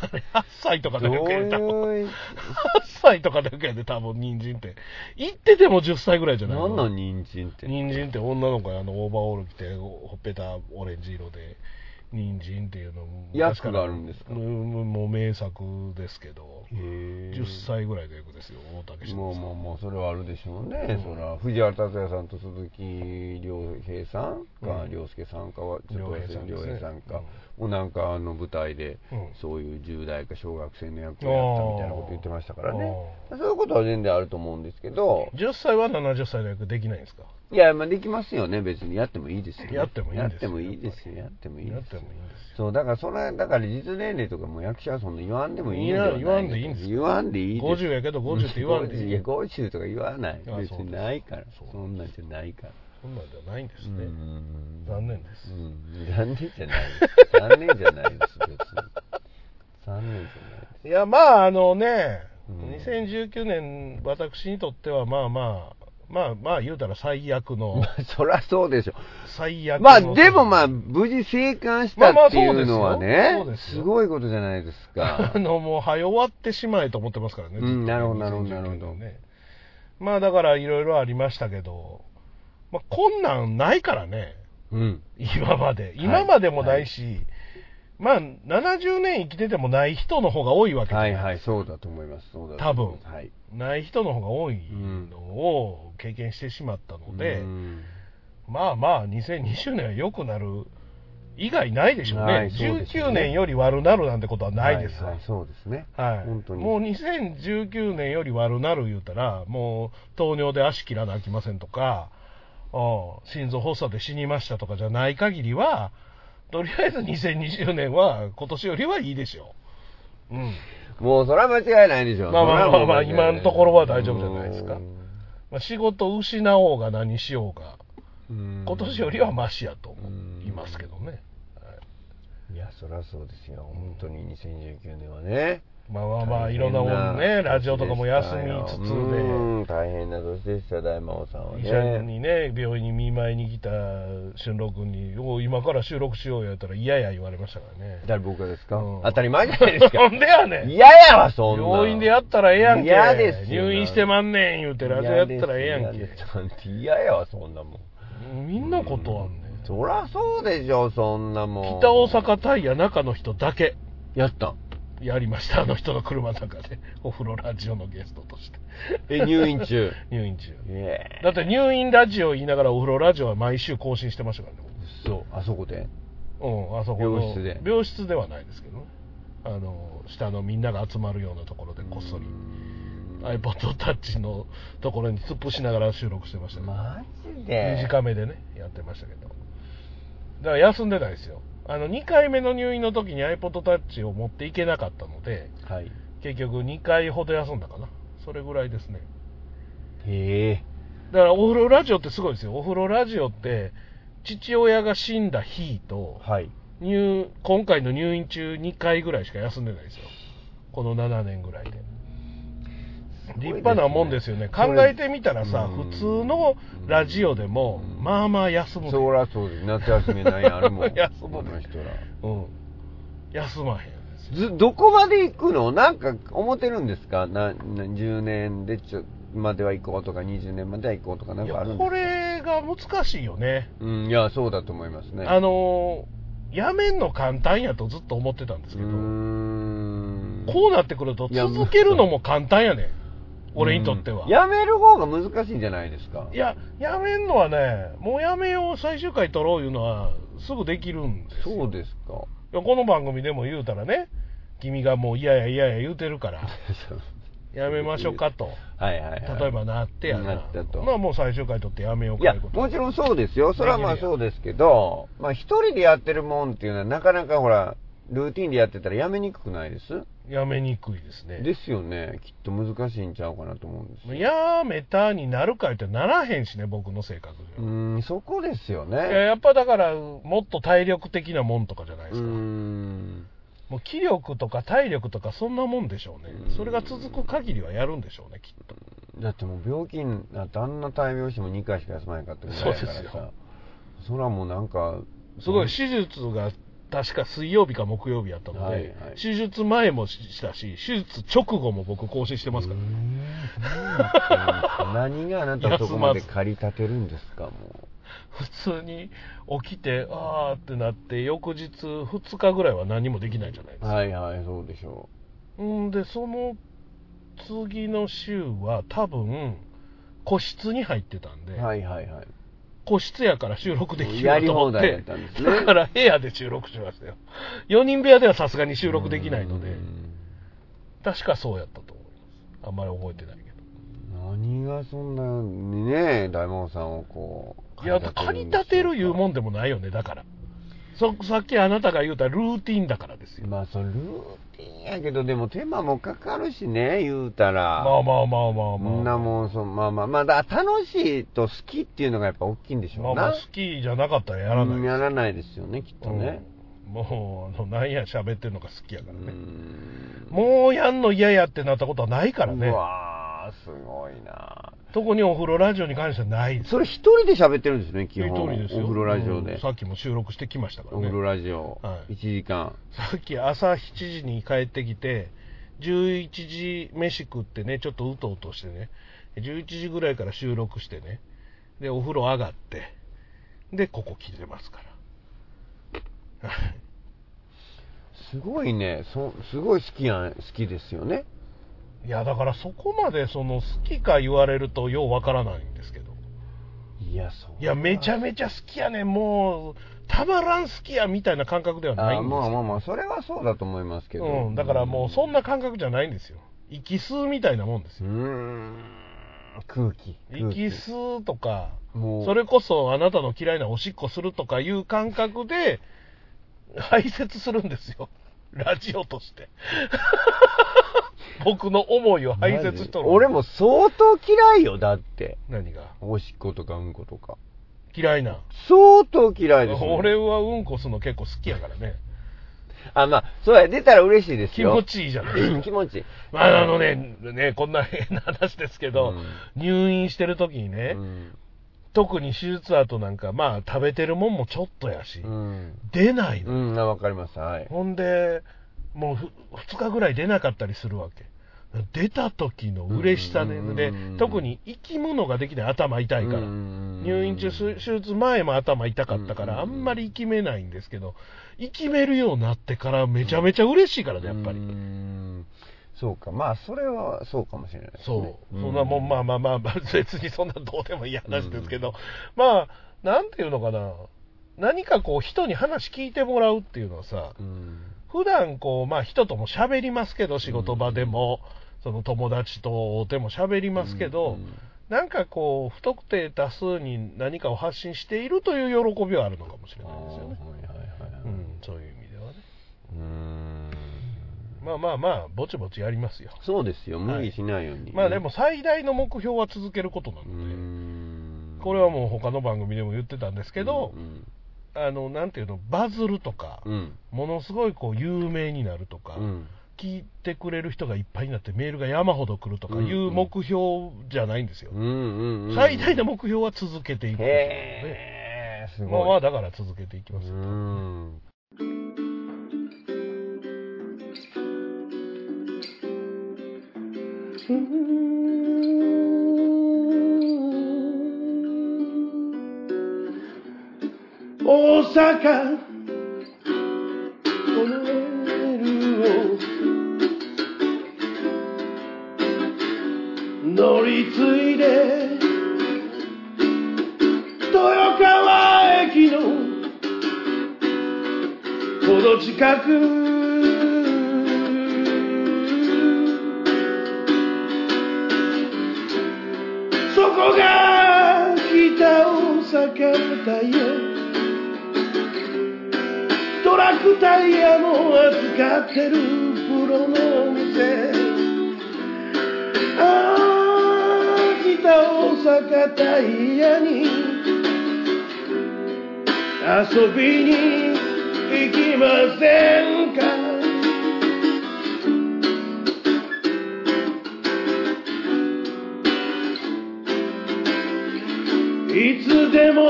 S1: あれ8歳とか
S2: ど
S1: の
S2: う
S1: 役やで、多分
S2: いう、
S1: 8歳とかの役やで、多分人参って、言ってても10歳ぐらいじゃない
S2: 何なん人参って。
S1: 人参って女の子やあのオーバーオール着てほっぺたオレンジ色で人参っていうのも昔
S2: 役があるんですか
S1: うんもう名作ですけど
S2: へー
S1: 10歳ぐらいの役ですよ大竹しの
S2: も
S1: ぶ
S2: う
S1: さん
S2: もうもうそれはあるでしょうね、そら藤原竜也さんと鈴木亮平さんか、
S1: うん
S2: 亮介さんかはちょっと
S1: 良平さんですね
S2: 亮平さんか、もうなんかあの舞台で、
S1: うん
S2: そういう10代か小学生の役をやったみたいなこと言ってましたからね
S1: あ
S2: そういうことは全然あると思うんですけど
S1: 10歳は70歳の役できないんですか
S2: いやまあできますよね別にやってもいいですよ、
S1: やってもいいんですよ
S2: やってもいいですよやってもいい
S1: や
S2: で
S1: っ
S2: す
S1: て
S2: よ
S1: もいいんですよ
S2: そうだからそれだから実年齢とかも役者はそんな言わんでもいいんだよ
S1: いや言わんでいいんですか
S2: 言わんでいいです
S1: 50やけど50って言わんでいい
S2: いや50とか言わない
S1: あ
S2: 別にないから
S1: そうです
S2: そんなんじゃないから
S1: そんなんじゃないんです
S2: う
S1: ね
S2: ん
S1: 残念です
S2: うん残念じゃないです残念じゃないです別に残念じゃないです
S1: いやまああのね
S2: うん
S1: 2019年私にとってはまあまあまあまあ言うたら最悪の
S2: まあ そりゃそうでしょ
S1: 最悪の
S2: まあでもまあ無事生還したっていうのは
S1: まあま
S2: ね
S1: あそうですよそうです
S2: す
S1: よ
S2: ごいことじゃないですか
S1: あの、もう、早終わってしまえと思ってますからね。
S2: う
S1: ず
S2: ん
S1: っとね
S2: なるほどなるほどなるほど
S1: 2019年ねまあ、だから、いろいろありましたけど、まあ、こんなんないからね、
S2: うん
S1: 今まで。今までもないし、まあ、70年生きててもない人の方が多いわけじゃな
S2: はい
S1: い
S2: はいそうだと思いますそうだと
S1: 多分
S2: 思いますはい
S1: ない人の方が多いのを経験してしまったので、
S2: うん
S1: まあまあ、2020年は良くなる以外ないでしょうね。
S2: ないそうですね
S1: 19年より悪なるなんてことはないですわ。
S2: はいはいそうですね
S1: はい、
S2: 本当に
S1: もう2019年より悪なる言うたら、もう糖尿で足切らなあきませんとか、うん心臓発作で死にましたとかじゃない限りは、とりあえず2020年は今年よりはいいでしょう。うん。
S2: もうそれは間違いないでしょう
S1: まあまあ
S2: それはもう
S1: まあまあ
S2: 間違いない
S1: 今のところは大丈夫じゃないですか
S2: うん
S1: まあ、仕事を失おうが何しようが、
S2: うん
S1: 今年よりはマシやと思いますけどね。
S2: いやそりゃそうですよ本当に2019年はね
S1: まあまあまあ、
S2: 大
S1: い
S2: 変
S1: ろんなものね、
S2: な
S1: ラジオとかも休みつつ
S2: うん大変な年でしたよ大魔王さんは
S1: で、医者
S2: ね
S1: にね、病院に見舞いに来た俊郎君に、お今から収録しようやったら嫌や言われましたからね。
S2: 誰僕がですか
S1: うん
S2: 当たり前じゃないです
S1: な
S2: か
S1: んでやねん。
S2: 嫌やわそんなん
S1: 病院でやったらええやんけ。
S2: 嫌ですよ
S1: 入院してまんねん言うて、ラジオやったらええやん
S2: 嫌
S1: け
S2: で。すなんて嫌やわそんなもん
S1: みんなことあんねん。
S2: そりゃそうでしょそんなもん
S1: 北大阪タイヤ中の人だけ
S2: やった
S1: やりました。あの人の車の中で。 お風呂ラジオのゲストとして。
S2: え入院中
S1: 入院中。
S2: ええ
S1: だって入院ラジオ言いながらお風呂ラジオは毎週更新してましたからね。
S2: そうあそこで
S1: うん、あそこの
S2: 病室で
S1: 病室ではないですけどねあの下のみんなが集まるようなところでこっそり iPodTouch のところに突っ伏しながら収録してましたね、
S2: マジ
S1: 短めでねやってましたけどだから休んでないですよあの2回目の入院の時に iPodTouch を持っていけなかったので
S2: はいへ
S1: 結局2回ほど休んだかなそれぐらいですね
S2: え
S1: だからお風呂ラジオってすごいですよお風呂ラジオって父親が死んだ日と
S2: はい
S1: 入今回の入院中2回ぐらいしか休んでないですよこの7年ぐらいで立派なもんですよね考えてみたらさ
S2: うん
S1: 普通のラジオでも
S2: うん
S1: まあまあ休むね
S2: そらそうです夏休みないある もん
S1: 休む
S2: この人ら
S1: うん、休まへんですよ
S2: ずどこまで行くのなんか思ってるんですかなな10年でちょまでは行こうとか20年までは行こうとかなん
S1: い
S2: かある
S1: や
S2: んで
S1: こ
S2: すか
S1: れが難しいよね
S2: うんいやそうだと思いますね
S1: あのーやめんの簡単やとずっと思ってたんです
S2: う
S1: け
S2: ー
S1: ど
S2: ん
S1: こうなってくると
S2: いや
S1: 続けるのも簡単やねん俺にとっては、
S2: うんやめる方が難しいんじゃないですか
S1: いや、やめんのはね、もうやめよう、最終回撮ろういうのは、すぐできるんですよ。
S2: そうです か
S1: いやこの番組でも言うたらね、君がもう嫌や嫌や言うてるから、やめましょうかと、
S2: はいはい、はい、
S1: 例えばなってやな、
S2: なったと
S1: まあもう最終回撮ってやめよう
S2: い
S1: か
S2: や
S1: いうこと。
S2: もちろんそうですよそれはまあそうですけどまあ一人でやってるもんっていうのはなかなかほらルーティンでやってたらやめにくくないです
S1: やめにくいですね。
S2: ですよねきっと難しいんちゃうかなと思うんですよ
S1: やめたになるか言ってならへんしね、僕の性格
S2: う
S1: 上。
S2: ーんそこですよ
S1: いや
S2: ね
S1: やっぱだから、もっと体力的なもんとかじゃないうで
S2: ー
S1: すか。
S2: ん
S1: もう気力とか体力とかそんなもんでしょうね
S2: うん。
S1: それが続く限りはやるんでしょうね、きっと。
S2: だってもう病気になってあんな大病しても2回しか休まないかってぐらいだから
S1: そうです
S2: さ
S1: よ
S2: それはもうなんか
S1: すごい手術が確か水曜日か木曜日やったので、
S2: はいはい
S1: 手術前もしたし、手術直後も僕、更新してますから、
S2: 何があなたをそこまで駆り立てるんですかも
S1: 普通に起きて、あーってなって、翌日2日ぐらいは何もできないじゃないです
S2: う
S1: か。
S2: はいはいそうでしょ
S1: うんで、その次の週は、多分個室に入ってたん
S2: う
S1: で、
S2: はいはいはい
S1: 個室やから収録できる
S2: や
S1: な
S2: り
S1: と
S2: 放
S1: 思っ、
S2: 題だってたんですね
S1: だから部屋で収録しましたよ、4人部屋ではさすがに収録できないの
S2: う
S1: で
S2: ー、ん
S1: 確かそうやったと思います、あんまり覚えてないけど。
S2: 何がそんなにね大門さんをこう
S1: いや、借り立てるいうも
S2: ん
S1: んでもないよね、だから。そさっきあなたが言うたルーティンだからですよ。
S2: まあそのルーティンやけどでも手間もかかるしね言うたら
S1: まあまあまあまあ
S2: そ
S1: まあ。
S2: んなもんそのまあまあまあだ楽しいと好きっていうのがやっぱ大きいんでし
S1: ま
S2: ょ
S1: あ
S2: うな、
S1: まあ、好きじゃなかったらやらない
S2: う
S1: で
S2: ん
S1: す
S2: やらないですよねきっとね、
S1: うんもう、あの、なんや喋ってるのが好きやから
S2: う
S1: ね。
S2: ん
S1: もうやんの嫌やってなったことはないからね
S2: う。わーすごいな
S1: 特にお風呂ラジオに関してはないです。
S2: それ一人で喋ってるんですね基
S1: 一
S2: 本
S1: 人ですよ
S2: お風呂ラジオ
S1: う
S2: で
S1: ん、さっきも収録してきましたから
S2: お
S1: ね。
S2: 風呂ラジオ、
S1: はい
S2: 1時間
S1: さっき朝7時に帰ってきて、11時飯食ってね、ちょっとうとうとしてね、11時ぐらいから収録してね、で、お風呂上がって、で、ここ聞いてますから。
S2: すごいねそすごい好きやん好きですよね
S1: いや、だからそこまでその好きか言われるとようわからないんですけど。
S2: いやそう
S1: いや、めちゃめちゃ好きやねん、もう、たまらん好きや、みたいな感覚ではない
S2: あ
S1: んですよ。
S2: まあまあまあそれはそうだと思いますけど
S1: うん、だからもうそんな感覚じゃないんですよ。息吸うみたいなもんです
S2: う
S1: よ。
S2: ん空気空
S1: 息
S2: 気
S1: 吸うとか、
S2: もう
S1: それこそあなたの嫌いなおしっこするとかいう感覚で排泄するんですよ。ラジオとして。 僕の思いを排泄しとる。
S2: 俺。も相当嫌いよだって
S1: 何が
S2: おしっことかうんことか
S1: 嫌いな。
S2: 相当嫌いです、ね、
S1: 俺はうんこするの結構好きやからね。
S2: あまあそうや出たら嬉しいです
S1: 気
S2: よ。
S1: 持ちいいじゃないですか
S2: 気持ちいい
S1: まあ、あのね、ね、こんな変な話ですけど、
S2: うん
S1: 入院してる時にね、
S2: うん
S1: 特に手術後なんか、まあ食べてるもんもちょっとやし、
S2: うん
S1: 出ないの。
S2: うんあわかりますはい
S1: ほんで、もう2日ぐらい出なかったりするわけ。出た時の嬉しさね、
S2: うん
S1: で、特に生き物ができない、頭痛いから。入
S2: 入
S1: 院中、す手術前も頭痛かったか
S2: うん
S1: ら、あんまり生きめないんですけど、生きめるようになってからめちゃめちゃ嬉しいからね、やっぱり。
S2: りそうかまあそれはそうかもしれないですね
S1: そう。そんなもん、まあまあまあ、別にそんなどうでもいい話ですけど、まあ、なんていうのかな、何かこう人に話聞いてもらうっていうのはさ、
S2: うん
S1: 普段こう、まあ人とも喋りますけど、仕事場でも、その友達とでも喋りますけど、
S2: うん
S1: なんかこう、不特定多数に何かを発信しているという喜びはあるのかもしれないですよね。
S2: はいはいはいはい
S1: うん、そういう意味ではね。
S2: うーん
S1: まあまあまあ、ぼちぼちやりますよ。
S2: そうですよ無理しないように、
S1: まあでも最大の目標は続けることな
S2: うー
S1: ので、
S2: ん
S1: これはもう他の番組でも言ってたんですけど
S2: う、ん
S1: あの、なんていうの、バズるとか、
S2: うん
S1: ものすごいこう有名になるとか、
S2: うん
S1: 聞いてくれる人がいっぱいになってメールが山ほど来るとかい
S2: んう
S1: うん目標じゃないんですよ。
S2: うんうんうん
S1: 最大の目標は続けていくことなので、
S2: へえす
S1: まあま
S2: ご
S1: あ
S2: い
S1: だから続けていきます
S2: う
S1: よ。
S2: ん
S6: 大阪このエールを乗り継いで豊川駅のほど近くそこが北大阪タイヤトラックタイヤも扱ってるプロのお店ああ北大阪タイヤに遊びに行きませんかいつでも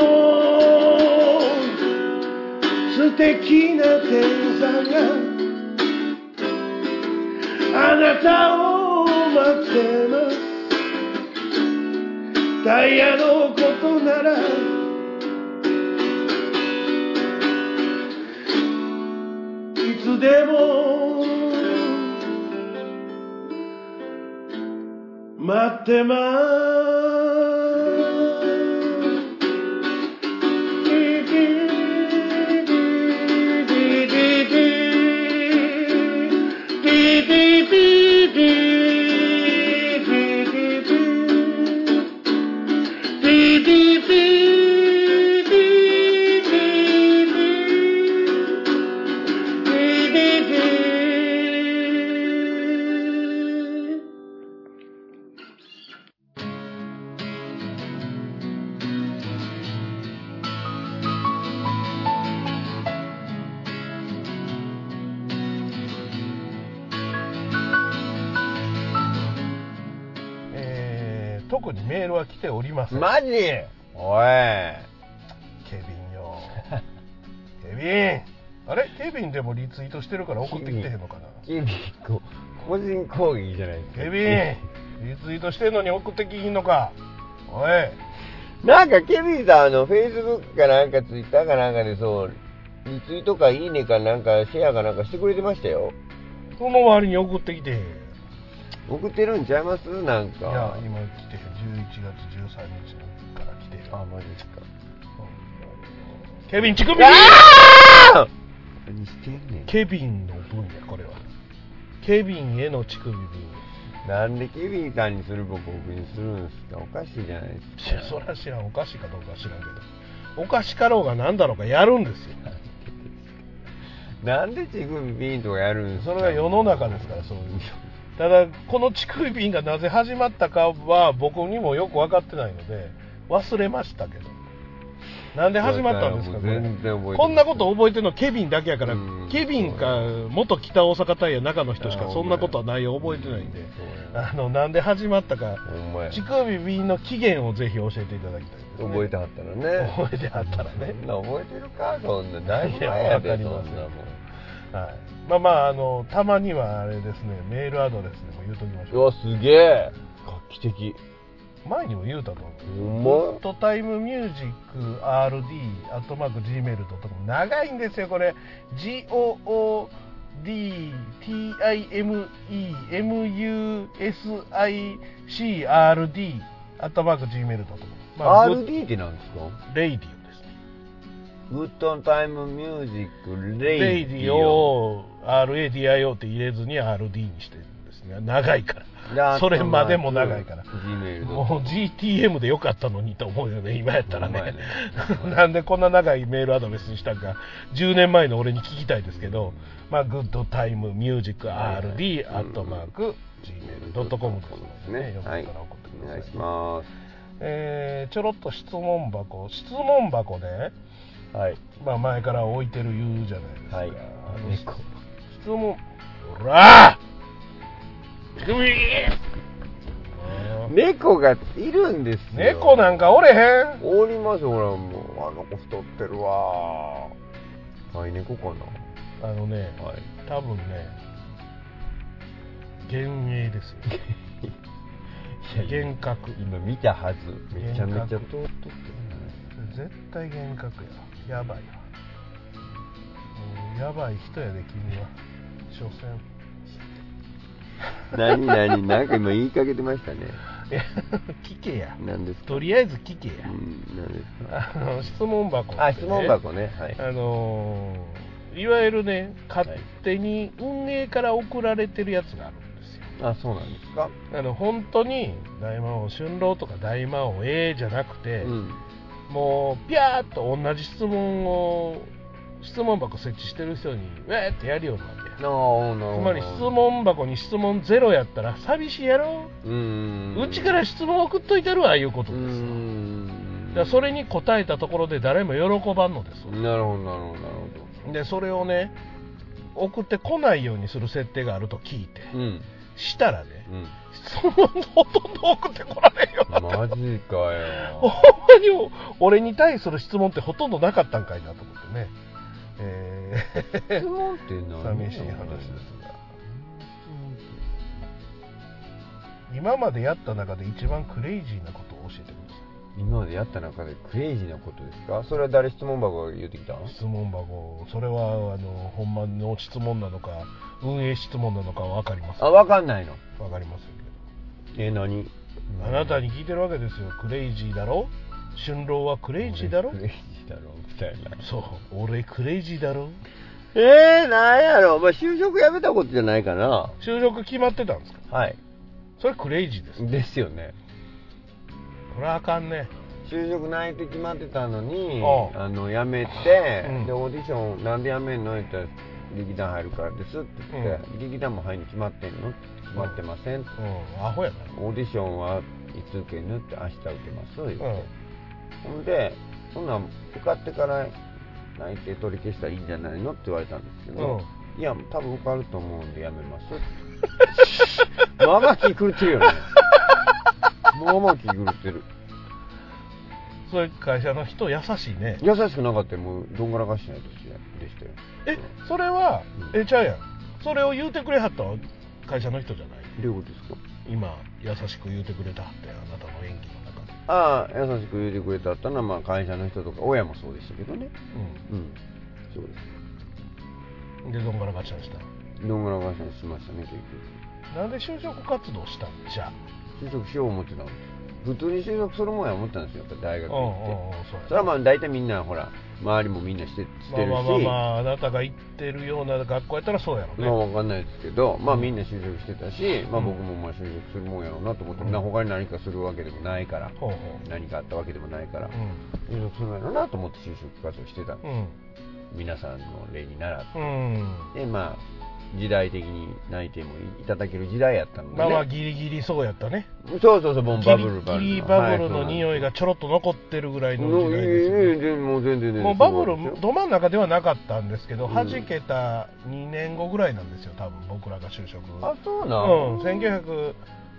S6: 素敵な天才があなたを待ってますタイヤのことならいつでも待ってます
S1: えー特にメールは来ておりません。
S2: マジおい
S1: ケビンよ。ケビンあれケビンでもリツイートしてるから送ってきてへんのかな
S2: 筋肉個人攻撃じゃない
S1: ケビンリツイートしてんのに送ってきひんのかおい
S2: なんかケビンさんあのフェイスブックかなんかツイッターかなんかでそうリツイートかいいねかなんかシェアかなんかしてくれてましたよ
S1: その割に送ってきてへん。
S2: 送ってるんちゃいますなん
S1: いや
S2: か、
S1: 今来てへん。11月13日から来てる。
S2: あマジですか
S1: ケビン、乳首
S2: 何してんねん
S1: ケビンの分や、これは。ケビンへの乳首分。
S2: なんでケビンさんにする僕僕にするんですかおかしいじゃないですか
S1: いや、そら知らん。おかしいかどうかは知らんけど。おかしかろうが何だろうがやるんですよ。
S2: なんで自分ビーンとかやるんですか
S1: それが世の中ですから、そういう。ただ、この乳首瓶がなぜ始まったかは僕にもよく分かってないので、忘れましたけど。なんで始まったんですか、
S2: だ
S1: こ
S2: からもう
S1: れ。
S2: 全然覚えてない
S1: こんなこと覚えてるのケビンだけやから
S2: うん、
S1: ケビンか元北大阪タイヤ中の人しかそんなことは内容覚えてないんで、あの、なんで始まったか、
S2: ほんまや
S1: 乳首瓶の起源をぜひ教えていただきたいですね、
S2: 覚えてはったらね
S1: 覚えてはったらね。
S2: そんな覚えてるかそんな大
S1: い
S2: 丈
S1: や
S2: 夫やで
S1: わか
S2: そ
S1: り
S2: んなも
S1: ませ
S2: ん
S1: んはい、まあまあ、あの、たまにはあれですね、メールアドレスでも言うときまし
S2: う
S1: ょ
S2: わすげえ画期的
S1: う。前にも言うたと思う。
S2: うまっ
S1: トタイムミュージック RD、アットマーク Gmail.com。長いんですよ、これ。GOODTIMEMUSICRD、アットマーク Gmail.com。まあ、
S2: RD ってなんですか
S1: レイディオですね。
S2: グッドタイムミュージックレ
S1: レ
S2: イ
S1: イ
S2: デ
S1: デ
S2: ィ
S1: ィ
S2: オ。
S1: を RADIO って入れずに RD にしてるんですね。長いか
S2: であ
S1: ら。
S2: と
S1: それまでも長いから。
S2: Gmail の
S1: もう GTM でよかったのにと思うよね、今やったら
S2: ほんまや
S1: ね
S2: ね。
S1: なんでこんな長いメールアドレスにしたんか、10年前の俺に聞きたいですけど、まあ、グッドタイムミュージック
S2: はい
S1: RD アットマーク Gmail.com です
S2: ね
S1: ね。よか
S2: は
S1: っ
S2: い
S1: たら送ってく
S2: お
S1: だ
S2: 願
S1: さ
S2: い
S1: い
S2: し。ます。
S1: えーちょろっと質問箱。質問箱ね、
S2: はい。
S1: まあ前から置いてる言うじゃないですか。
S2: はい
S1: あの質問、ほらグイ ー
S2: 猫がいるんですよ。
S1: 猫なんかおれへん
S2: おりますよ、ほら、もう。あの子太ってるわ。はい、猫かな。
S1: あのね、多分ね、幻影 ですよ。幻覚。
S2: 今見たはず。めちゃめちゃ太っ
S1: 幻覚
S2: とってる
S1: 絶対幻覚や。やばいわ。うんやばい人やで、君は。所詮。
S2: な。なになに、なんか今言いかけてましたね。
S1: いや聞けや。
S2: なんですか
S1: とりあえず聞け
S2: う
S1: や。
S2: ん、なんですか
S1: あの質問箱、
S2: あ、質問。箱ね。はい。
S1: あのーいわゆるね、勝手に運営から送られてるやつがあるんですよ。
S2: あ、そうなんですか。
S1: あの本当に大魔王春郎とか大魔王 A じゃなくて、
S2: うん。
S1: もうピャーっと同じ質問を質問箱設置してる人にウェーってやりよるわけ
S2: あーなる
S1: や
S2: ほど
S1: つまり質問箱に質問ゼロやったら寂しいやろ、
S2: うーん
S1: うちから質問送っといたるわいうこ
S2: う
S1: と
S2: ー
S1: ですよ
S2: ん
S1: だからそれに答えたところで誰も喜ばんのですわ
S2: なるほどなるほどなる
S1: でそれをね送ってこないようにする設定があると聞いて
S2: ほどうん
S1: したらね
S2: うん
S1: 質問ほとんど送ってこられんようになって
S2: マジか
S1: ほん
S2: よ
S1: まに俺に対する質問ってほとんどなかったんかいなと思ってね。え
S2: 質問って
S1: ー、
S2: 何
S1: 寂しい話ですが。 今までやった中で一番クレイジーなことを教えてく
S2: 今までやった中でクレイジーなことですかそれは誰質問箱が言ってきた
S1: ださい。質問箱、それは、あの、ほんまの質問なのか、運営質問なのかわかりません。
S2: あわかんないの
S1: わかりませんけど。
S2: え何
S1: あなたに聞いてるわけですよ。クレイジーだろ春郎はク
S2: ク
S1: レイジーだろ
S2: クレイジーだろみたいな
S1: そう、俺クレイジーだろ
S2: えー、なんやろお前就職辞めたことじゃないかな
S1: 就職決まってたんですか
S2: はい
S1: それクレイジーです。
S2: ですよね
S1: これあかんね。
S2: 就職ないって決まってたのに
S1: ああ
S2: あの辞めて、
S1: うん
S2: でオーディションなんで辞めんのって言ったら劇団入るからですって言って、劇団も入るに決まってんのって決まってません、
S1: うん、アホやな。
S2: オーディションはいつ受けんのって明日受けます言うて、
S1: う
S2: ほんでそんなん受かってから内定取り消したらいいんじゃないのって言われたんですけど、いや多分受かると思うんで辞めますって まあまあ気狂ってるよねまあまあ気狂ってる
S1: ん。そういう会社の人優しいね。
S2: 優しくなかったよもうどんがらかしないとしでしたよ
S1: え、それは、
S2: うん
S1: え、ちゃうやん。それを言うてくれはった会社の人じゃない。
S2: どういうことですか
S1: 今、優しく言うてくれたって、あなたの演技の中で。
S2: ああ優しく言ってくれたったのはまあ会社の人とか親もそうでしたけどねうんそうです
S1: うん。で、どんがらがちゃんした。
S2: どんぐらかしにしましたね結
S1: なんで就職活動したんじゃ。
S2: 局就職しよう思ってたんです普通に就職するもんや思ったんですよやっぱ大
S1: うん
S2: 学
S1: う
S2: 行っ
S1: んう
S2: て、
S1: ん、そうや
S2: それはまあ大体みんなほら周りもみんなしてしてるし
S1: まあまあまあまあ、あなたが行ってるような学校やったらそうやろね。
S2: まあわかんないですけど、まあみんな就職してたし、まあ僕もまあ就職するもんやろうなと思って、
S1: うん
S2: な他に何かするわけでもないから、
S1: ほうほ
S2: 何かあったわけでもないから
S1: う。、う
S2: 就職するもんやろうなと思って就職活動してたんです
S1: ん。
S2: 皆さんの例に習っ
S1: うん。うん。
S2: て、まあ、時代的に内定もいただける時代やったので、ね、
S1: まあまあ、ギリギリそうやったね。
S2: そうそうそう、もう
S1: ギ
S2: バ
S1: リ
S2: ブル
S1: ギリバブルの匂いがちょろっと残ってるぐらいの
S2: の
S1: 時
S2: い
S1: 代
S2: い
S1: ですよね
S2: いい全然もう全然全然
S1: もうバブ
S2: そうな
S1: ル
S2: んですよ
S1: ど真ん中ではなかったんですけど、
S2: うん
S1: 弾けた2年後ぐらいなんですよ、多分僕らが就職。
S2: あ、そう
S1: う、
S2: なん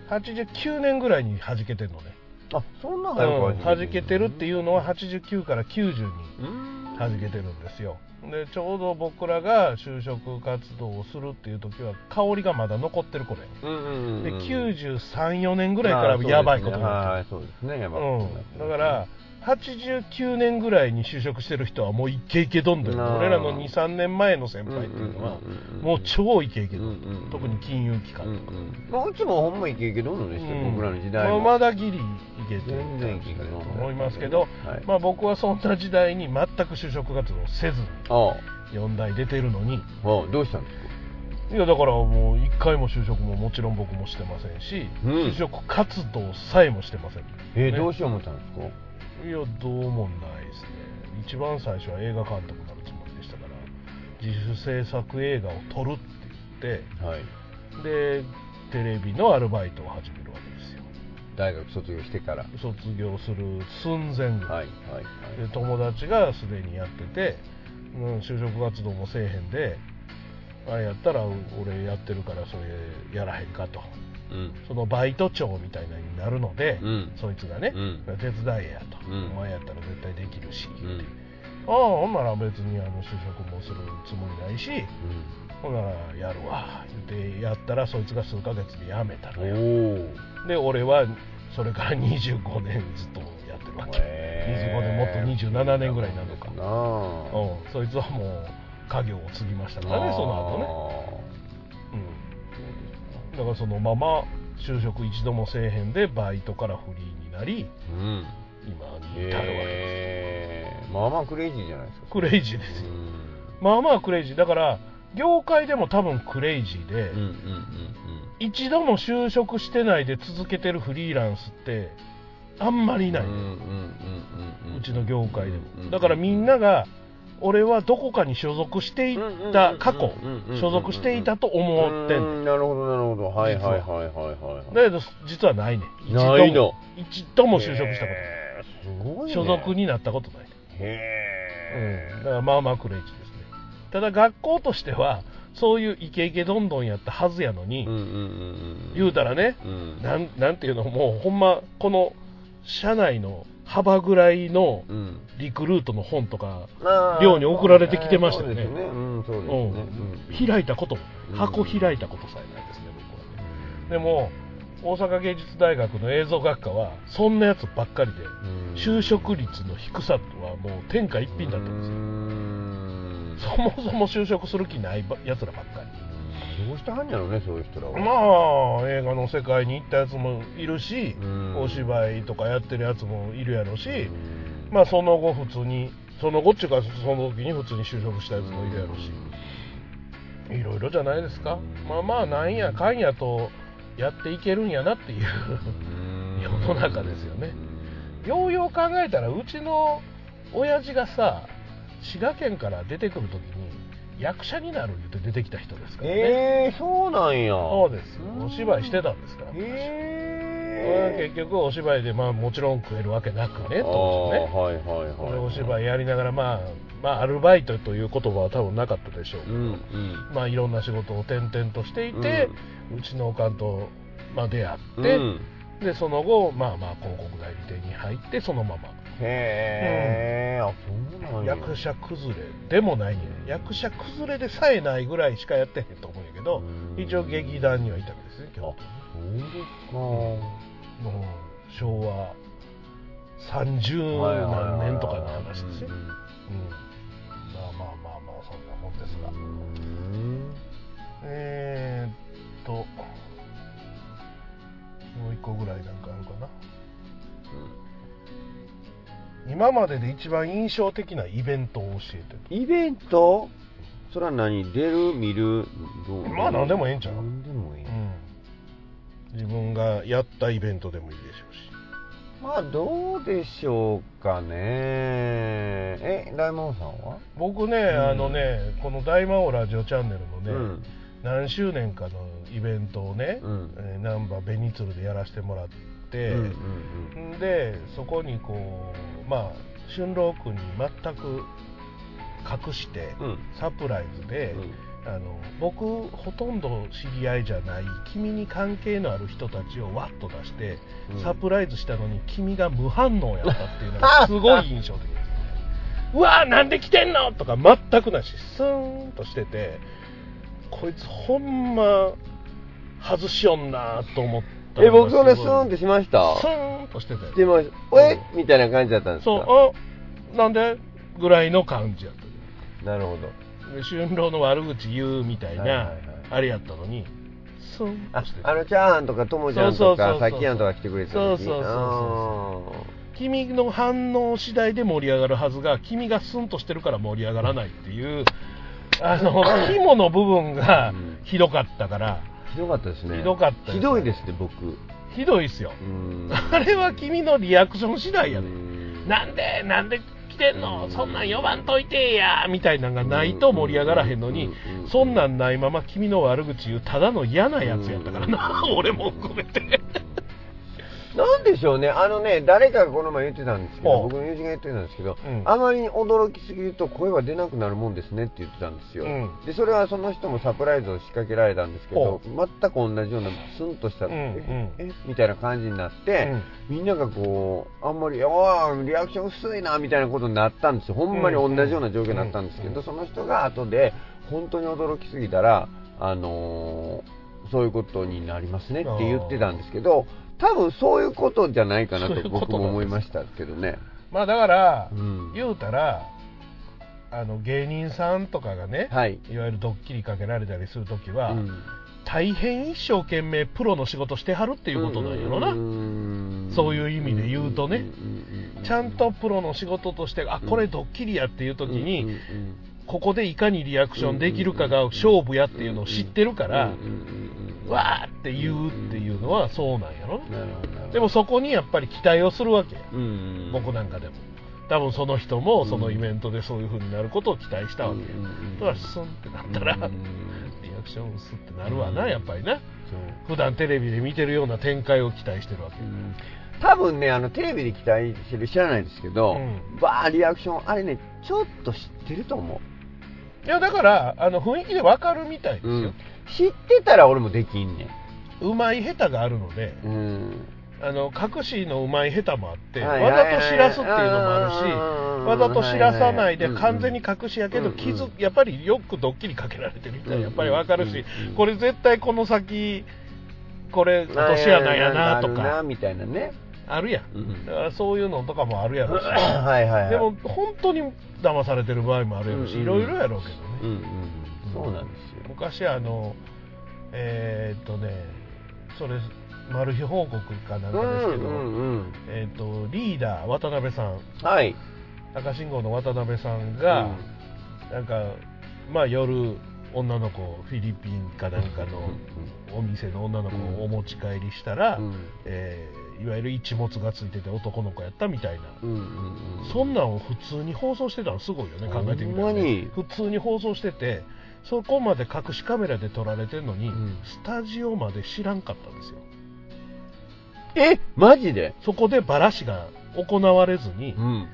S1: 1989年ぐらいに弾けてるのね、
S2: あ、そんな
S1: うん、
S2: 早く
S1: 弾けてるっていうのは、89から90に
S2: うん
S1: 弾けてるんですよ。でちょうど僕らが就職活動をするっていう時は香りがまだ残ってる頃やね
S2: うんうんうん
S1: で93、4年ぐらいからやばいことになってる
S2: あそうですねはいそうですねやばいことになって
S1: うん、
S2: る
S1: だから89年ぐらいに就職してる人はもうイケイケどんどん
S2: あー
S1: 俺らの23年前の先輩っていうのは
S2: うんうんうんうん
S1: もう超イケイケどん
S2: うんうん
S1: 特に金融機
S2: うんう
S1: 関とか、
S2: んまあうちもほんまイケイケどんどんでしたよ
S1: うん
S2: 僕らの時代も
S1: まあまだギリイケてる
S2: 全然イケイケどんどん
S1: と思いますけど、
S2: はい
S1: まあ、僕はそんな時代に全く就就職活動せずに
S2: あ
S1: 4大出てるのに
S2: あああどうしたんですか
S1: いやだからもう1回も就職ももちろん僕もしてませんし、
S2: うん
S1: 就職活動さえもしてません
S2: えー
S1: ね
S2: どうしよう思ったんですか
S1: いやどうもないですね一番最初は映画監督になるつもりでしたから自主制作映画を撮るって
S2: はい
S1: 言ってでテレビのアルバイトを始めるわけですよ
S2: 大学卒業してから
S1: 卒業する寸前ぐら
S2: はいいは
S1: で
S2: い
S1: 友達がすでにやってて、うん、就職活動もせえへんであれやったら俺やってるからそれやらへんかと
S2: うん
S1: そのバイト長みたいなのになるので、
S2: うん
S1: そいつがね、
S2: うん
S1: 手伝えやと、
S2: うん
S1: お前やったら絶対できるし、
S2: うん
S1: ああほんなら別にあの就職もするつもりないしほんならやるわ言ってやったらそいつが数ヶ月で辞めたのよ
S2: うんおお
S1: で俺はそれから25年ずっとやってるわけ、25年もっと27年ぐらいになるのか
S2: なあ
S1: うん、そいつはもう家業を継ぎましたからねその後ね、うん、だからそのまま就職一度もせえへんでバイトからフリーになり
S2: あーうん
S1: 今に至るわけです、
S2: えー、まあまあクレイジーじゃないですか
S1: クレイジーですよ
S2: うん
S1: まあまあクレイジーだから業界でも多分クレイジーで、
S2: うんうんうん
S1: 一度も就職してないで続けてるフリーランスってあんまりいない、
S2: うんうん
S1: う
S2: うんうんうん
S1: ちの業界でも、
S2: うんうん
S1: だからみんなが俺はどこかに所属していった過去
S2: うんうんうんうんうん
S1: 所属していたと思ってんねん
S2: うんなるほどなるほどはいはいはいはいはい
S1: だけど実はないね一度も
S2: ないの
S1: 一度も就職したこ
S2: へーすご
S1: と
S2: い、ね、
S1: 所属になったことないね、
S2: へ
S1: うん、だ
S2: え、
S1: からまあまあクレイジーですねただ学校としてはそういうイケイケどんどんやったはずやのに、
S2: うんうんうん、
S1: 言うたらね
S2: うん
S1: なんなんていうのもうほんまこの社内の幅ぐらいの
S2: うん
S1: リクルートの本とか
S2: あー
S1: 寮に送られてきてましたよね
S2: そうですうんそうですね、
S1: うん、開いたことも箱開いたことさえないですね僕はねでも大阪芸術大学の映像学科はそんなやつばっかりで
S2: うん
S1: 就職率の低さはもう天下一品だったんですよ
S2: です
S1: そもそも就職する気ないやつらばっかり
S2: どうしたはんやろねそういう人らは
S1: まあ映画の世界に行ったやつもいるし
S2: うん
S1: お芝居とかやってるやつもいるやろし
S2: うん
S1: まあその後普通にその後っていうかその時に普通に就職したやつもいるやろしいろいろじゃないですかまあまあなんやかんやとやっていけるんやなっていう
S2: うん
S1: 世の中ですよねようよう考えたらうちの親父がさ滋賀県から出てくる時に役者になる言って出てきた人ですからね、
S2: ええそうなんや
S1: そうですよ
S2: うん
S1: お芝居してたんですから、まあ
S2: え
S1: 結局お芝居でまあもちろん食えるわけなくね
S2: え
S1: 当時ね
S2: はいはいはい
S1: これお芝居やりながら、まあ、まあアルバイトという言葉は多分なかったでしょうけ
S2: う
S1: ど、
S2: んうん
S1: まあいろんな仕事を転々としていて、うちのおかんと、まあ、出会って、
S2: うん
S1: でその後まあまあ広告代理店に入ってそのまま、
S2: へえ、あそうなんや
S1: 役者崩れでもないね役者崩れでさえないぐらいしかやってへんと思うんやけど、
S2: うん
S1: 一応劇団にはいたわけですね京
S2: あ
S1: 都
S2: そうです
S1: の昭和30
S2: か
S1: 何年とかの話ですよ、
S2: うん
S1: うんまあまあまあまあそんなもんですが。
S2: うん
S1: えー、っと、もう一個ぐらいなんかあるかな。今までで一番印象的なイベントを教えて
S2: イベントそれは何出る見るどう
S1: まあ何でもええんちゃう
S2: 何でもええ、
S1: と、うん、自分がやったイベントでもいいでしょうし。
S2: まあどうでしょうかねえ大門さんは
S1: 僕ね、あのね、この大魔王ラジオチャンネルのね、
S2: うん
S1: 何周年かのイベントをね、
S2: うん
S1: えー、ナンバーベニツルでやらせてもらって、
S2: うんうん
S1: でそこにこうまあ春郎君に全く隠して、
S2: うん
S1: サプライズで、
S2: うん
S1: あの僕ほとんど知り合いじゃない君に関係のある人たちをわっと出して、
S2: うん
S1: サプライズしたのに君が無反応やったっていうの がすごい印象的です、ね、うわーなんで来てんのとか全くないしスーンとしててこいつほんま外しよんなと思ったのが
S2: え僕それ
S1: すご
S2: ス
S1: い
S2: ーンってしました
S1: スーンとしてて
S2: してましたえみたいな感じだったんですか
S1: そうあなんでぐらいの感じやった
S2: なるほど
S1: で春郎の悪口言うみたい
S2: はいはいは
S1: ないあれやったのにスン
S2: あ
S1: としてて
S2: あのチャーハンとかともちゃんと
S1: そうそうそう
S2: か
S1: そ
S2: さ
S1: う
S2: きやんとか来てくれてた
S1: そうそうそうそう
S2: う
S1: 君の反応次第で盛り上がるはずが君がスンとしてるから盛り上がらないっていうあ の肝の部分が
S2: うん
S1: ひどかったから
S2: ひどかったですね
S1: ひどかったです
S2: ひどいですね僕う
S1: ひどいっすよ
S2: ーん
S1: あれは君のリアクション次第や
S2: うー
S1: ね
S2: ん
S1: なんでなんで来てんのそんなん呼ばんといてやみたいなんがないと盛り上がらへんのに
S2: うん
S1: そんなんないまま君の悪口言うただの嫌なやつやったからな 俺も含めて
S2: なんでしょうねあのね誰かがこの前言ってたんですけど
S1: お
S2: 僕の友人が言ってたんですけど、
S1: うん
S2: あまりに驚きすぎると声は出なくなるもんですねって言ってたんですよ、
S1: うん
S2: でそれはその人もサプライズを仕掛けられたんですけ
S1: お
S2: ど全く同じようなスンとした、
S1: うん
S2: ええみたいな感じになっ
S1: う
S2: て、
S1: ん
S2: みんながこう、あんまり、ああ、リアクション薄いな、みたいなことになったんですよ。ほんまに同じような状況になったんです
S1: う
S2: け
S1: んう
S2: ど、
S1: ん
S2: その人が後で、本当に驚きすぎたら、あのーそういうことになりますねって言ってたんですけど、多分そういうことじゃないかな
S1: そうい
S2: と
S1: うことなんで
S2: 僕
S1: す
S2: も思いましたけどね。
S1: まあだから
S2: うん
S1: 言うたらあの芸人さんとかがね
S2: はい。
S1: いわゆるドッキリかけられたりするときは、
S2: うん
S1: 大変一生懸命プロの仕事してはるっていうことなんやろな、
S2: ん
S1: そういう意味で言うとね
S2: んんうん
S1: ちゃんとプロの仕事としてあこれドッキリやっていう時に、
S2: うんうん
S1: ここでいかにリアクションできるかが勝負やっていうのを知ってるから、
S2: うんうんうん
S1: わーって言うっていうのはそうなんやろ
S2: なるほどなるほど
S1: でもそこにやっぱり期待をするわけや
S2: うんうんうん
S1: 僕なんかでも多分その人もそのイベントでそういう風になることを期待したわけや
S2: うんうんうん
S1: だからスンってなったら、
S2: うん
S1: リアクション薄ってなるわな、
S2: うん
S1: やっぱりな
S2: そう
S1: 普段テレビで見てるような展開を期待してるわけ、
S2: 多分ねあのテレビで期待してる知らないですけど、
S1: うん
S2: バーリアクションあれねちょっと知ってると思
S1: いやだからあの雰囲気でわかるみたいです
S2: う、
S1: よ、
S2: うん知ってたら俺もできんね
S1: うまい下手があるので
S2: ん、うん、
S1: あの隠しのうまい下手もあって、
S2: はい
S1: わざと知らすっていうのもあるし、
S2: あー
S1: わざと知らさないで
S2: はいはい
S1: 完全に隠しやけ
S2: う
S1: ど
S2: ん
S1: 気づ
S2: うん
S1: やっぱりよくドッキリかけられてるみたいなやっぱりわかるし
S2: うん
S1: これ絶対この先これ落とし穴やなと
S2: あるな
S1: か
S2: みたいなね、
S1: あるやん
S2: うん
S1: だからそういうのとかもあるや ろし
S2: はいはい、はい、
S1: でも本当に騙されてる場合もあるやろ
S2: うん
S1: し
S2: うん
S1: いろいろやろうけど
S2: うん
S1: ね
S2: うんそうなんですよ
S1: 昔あのえーっとねそれマル秘報告かなんかですけど、
S2: うんうん
S1: えーっとリーダー渡辺さん
S2: うんはい
S1: 赤信号の渡辺さんが、
S2: うん
S1: なんかまあ夜女の子フィリピンかなんかのお店の女の子をお持ち帰りしたら、
S2: うん
S1: えーいわゆる一物がついてて男の子やったみたいな、
S2: うんうんうん
S1: そんなんを普通に放送してたのすごいよね考えてみた
S2: ほ
S1: ら、
S2: んまに
S1: ね、普通に放送しててそこまで隠しカメラで撮られてるのに、
S2: うん
S1: スタジオまで知らんかったんですよ
S2: えマジで
S1: そこでバラシが行われずに、
S2: ん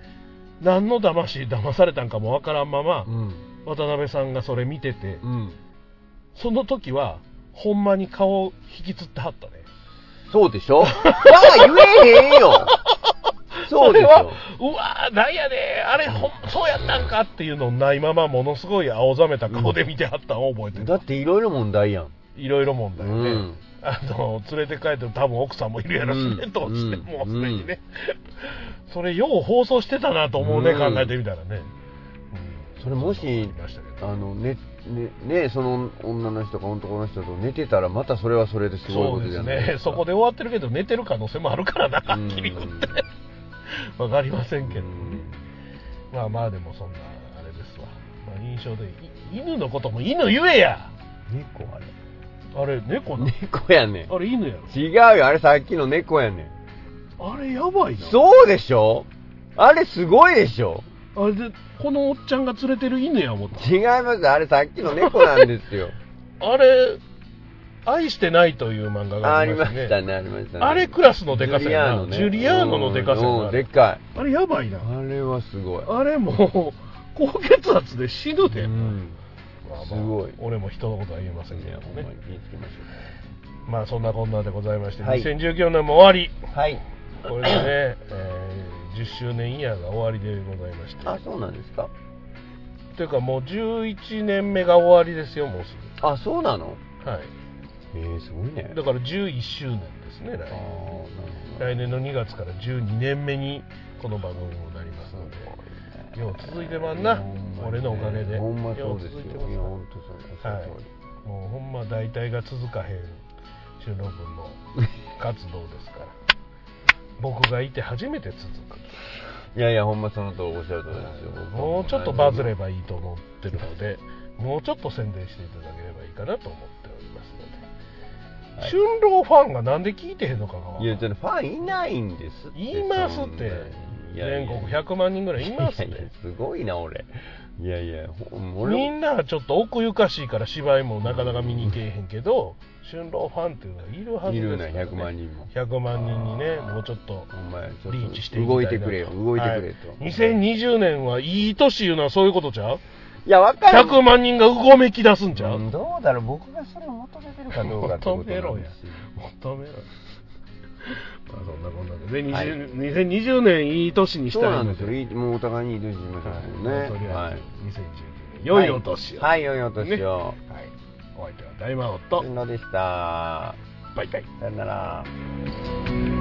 S1: 何の騙し騙されたんかもわからんまま、
S2: うん
S1: 渡辺さんがそれ見てて、
S2: うん
S1: その時は、ほんまに顔を引きつってはったね。
S2: そうで しょまあ言えへんよ そうでし
S1: れは
S2: ょ、
S1: うわー、なんやねーあれほん、そうやったんかっていうのないまま、ものすごい青ざめた顔で見てはったのを覚えてる。
S2: だっていろいろ問題やん、
S1: いろいろ問題ね、
S2: うん
S1: あの、連れて帰ってる多分奥さんもいるやろし
S2: う
S1: ね、
S2: ん
S1: どうして
S2: うん
S1: もうすでにね。それ、よう放送してたなと思うね、
S2: うん
S1: 考えてみたらね。うん
S2: それもし
S1: んなのありましたけど
S2: あのねねねその女の人か男の人と寝てたらまたそれはそれですご
S1: そ
S2: いうこと
S1: で
S2: じ
S1: す
S2: ゃない
S1: ね、
S2: すか
S1: そこで終わってるけど、寝てる可能性もあるからな、はっきり言って。わかりませんけどね。まあまあでもそんなあれですわ、まあ、印象でい犬のことも犬言えや
S2: 猫あれ
S1: あれ猫な
S2: 猫やねん
S1: あれ犬や
S2: 違うよあれさっきの猫やねん
S1: ろあれやばいな
S2: そうでしょあれすごいでしょ
S1: あれでこのおっちゃんが連れてる犬や思った
S2: 違いますあれさっきの猫なんで すよ
S1: あれ「愛してない」という漫画が
S2: あ
S1: あ
S2: り
S1: り
S2: ま
S1: ましたね
S2: したねありましたね
S1: あれクラスのでかさ
S2: ジュリアー
S1: や
S2: ノ
S1: な
S2: ね
S1: ジュリアーノのでかさや
S2: うん
S1: な
S2: う
S1: あ
S2: んでっ
S1: れ
S2: かい
S1: あれやばいな
S2: あれはすごい
S1: あれもう高血圧で死ぬで、
S2: うん
S1: まあまあ
S2: すごい
S1: 俺も人のことは言えませんけ
S2: いや
S1: ど
S2: ほんまに
S1: ね
S2: 気ぃつけましょう
S1: まあそんなこんなでございまして、
S2: はい
S1: 2019年も終わり
S2: はい。
S1: これでね、えー10周年イヤーが終わりでございまして
S2: あ、そうなんですか。
S1: というかもう11年目が終わりですよもうす
S2: あ、そうなの。
S1: ぐはい
S2: えー、すごいね。
S1: だから11周年ですね
S2: あ
S1: 来
S2: ー
S1: 年
S2: なるほど。
S1: 来年の2月から12年目にこの番組もなりますの
S2: す
S1: でよう続いてまんな
S2: ほんまにね
S1: 俺のおかげで
S2: ほんまそうで
S1: よう
S2: すよ。
S1: 続いて
S2: いや、
S1: ま
S2: 本当そうです。
S1: はい
S2: その通り
S1: すもうほんま 大体が続かへん収録の活動ですから僕がいて初めて続く
S2: いやいや、ほんまその通りおっしゃるとりですよ。
S1: もうちょっとバズればいいと思ってるのでもうちょっと宣伝していただければいいかなと思っておりますので、
S2: はい
S1: 春郎ファンがなんで聞いてへんのかがわからん
S2: いや、じゃファンいないんですって。
S1: いますって
S2: いやいや
S1: 全国100万人ぐらいいますっ
S2: いやいや
S1: て
S2: すごいな、俺。いやいや、ほん俺
S1: みんなちょっと奥ゆかしいから芝居もなかなか見に行けへんけど春郎ファンっていうのはいるはずで
S2: い
S1: すか
S2: るな、
S1: ら、ね、
S2: 100万人も。
S1: 100万人にねもうちょっと
S2: お前、ちょっと
S1: リーチしていきたい
S2: 動
S1: ない
S2: てくれよ、動いてくれと。
S1: はい2020年はいい年いうのはそういうことちゃう
S2: いや、わかる。
S1: 100万人がうごめき出すんちゃう、
S2: うんどうだろう、僕がそれを求めてるかどうかってことなんですよ
S1: 求めろや求 めろまあそんなこんなでね、
S2: はい
S1: 20 2020年いい年にし
S2: そう
S1: た
S2: ないん
S1: の
S2: ですよ、いいもうお互いにいい年にしましょうね。
S1: はいとりあ
S2: は
S1: え
S2: い
S1: ず2019年良いお年を
S2: はい、良いお年を。
S1: ねはい、お相手は大魔王
S2: と
S1: と
S2: んのでした。
S1: バイバイ
S2: さよなら。
S1: 「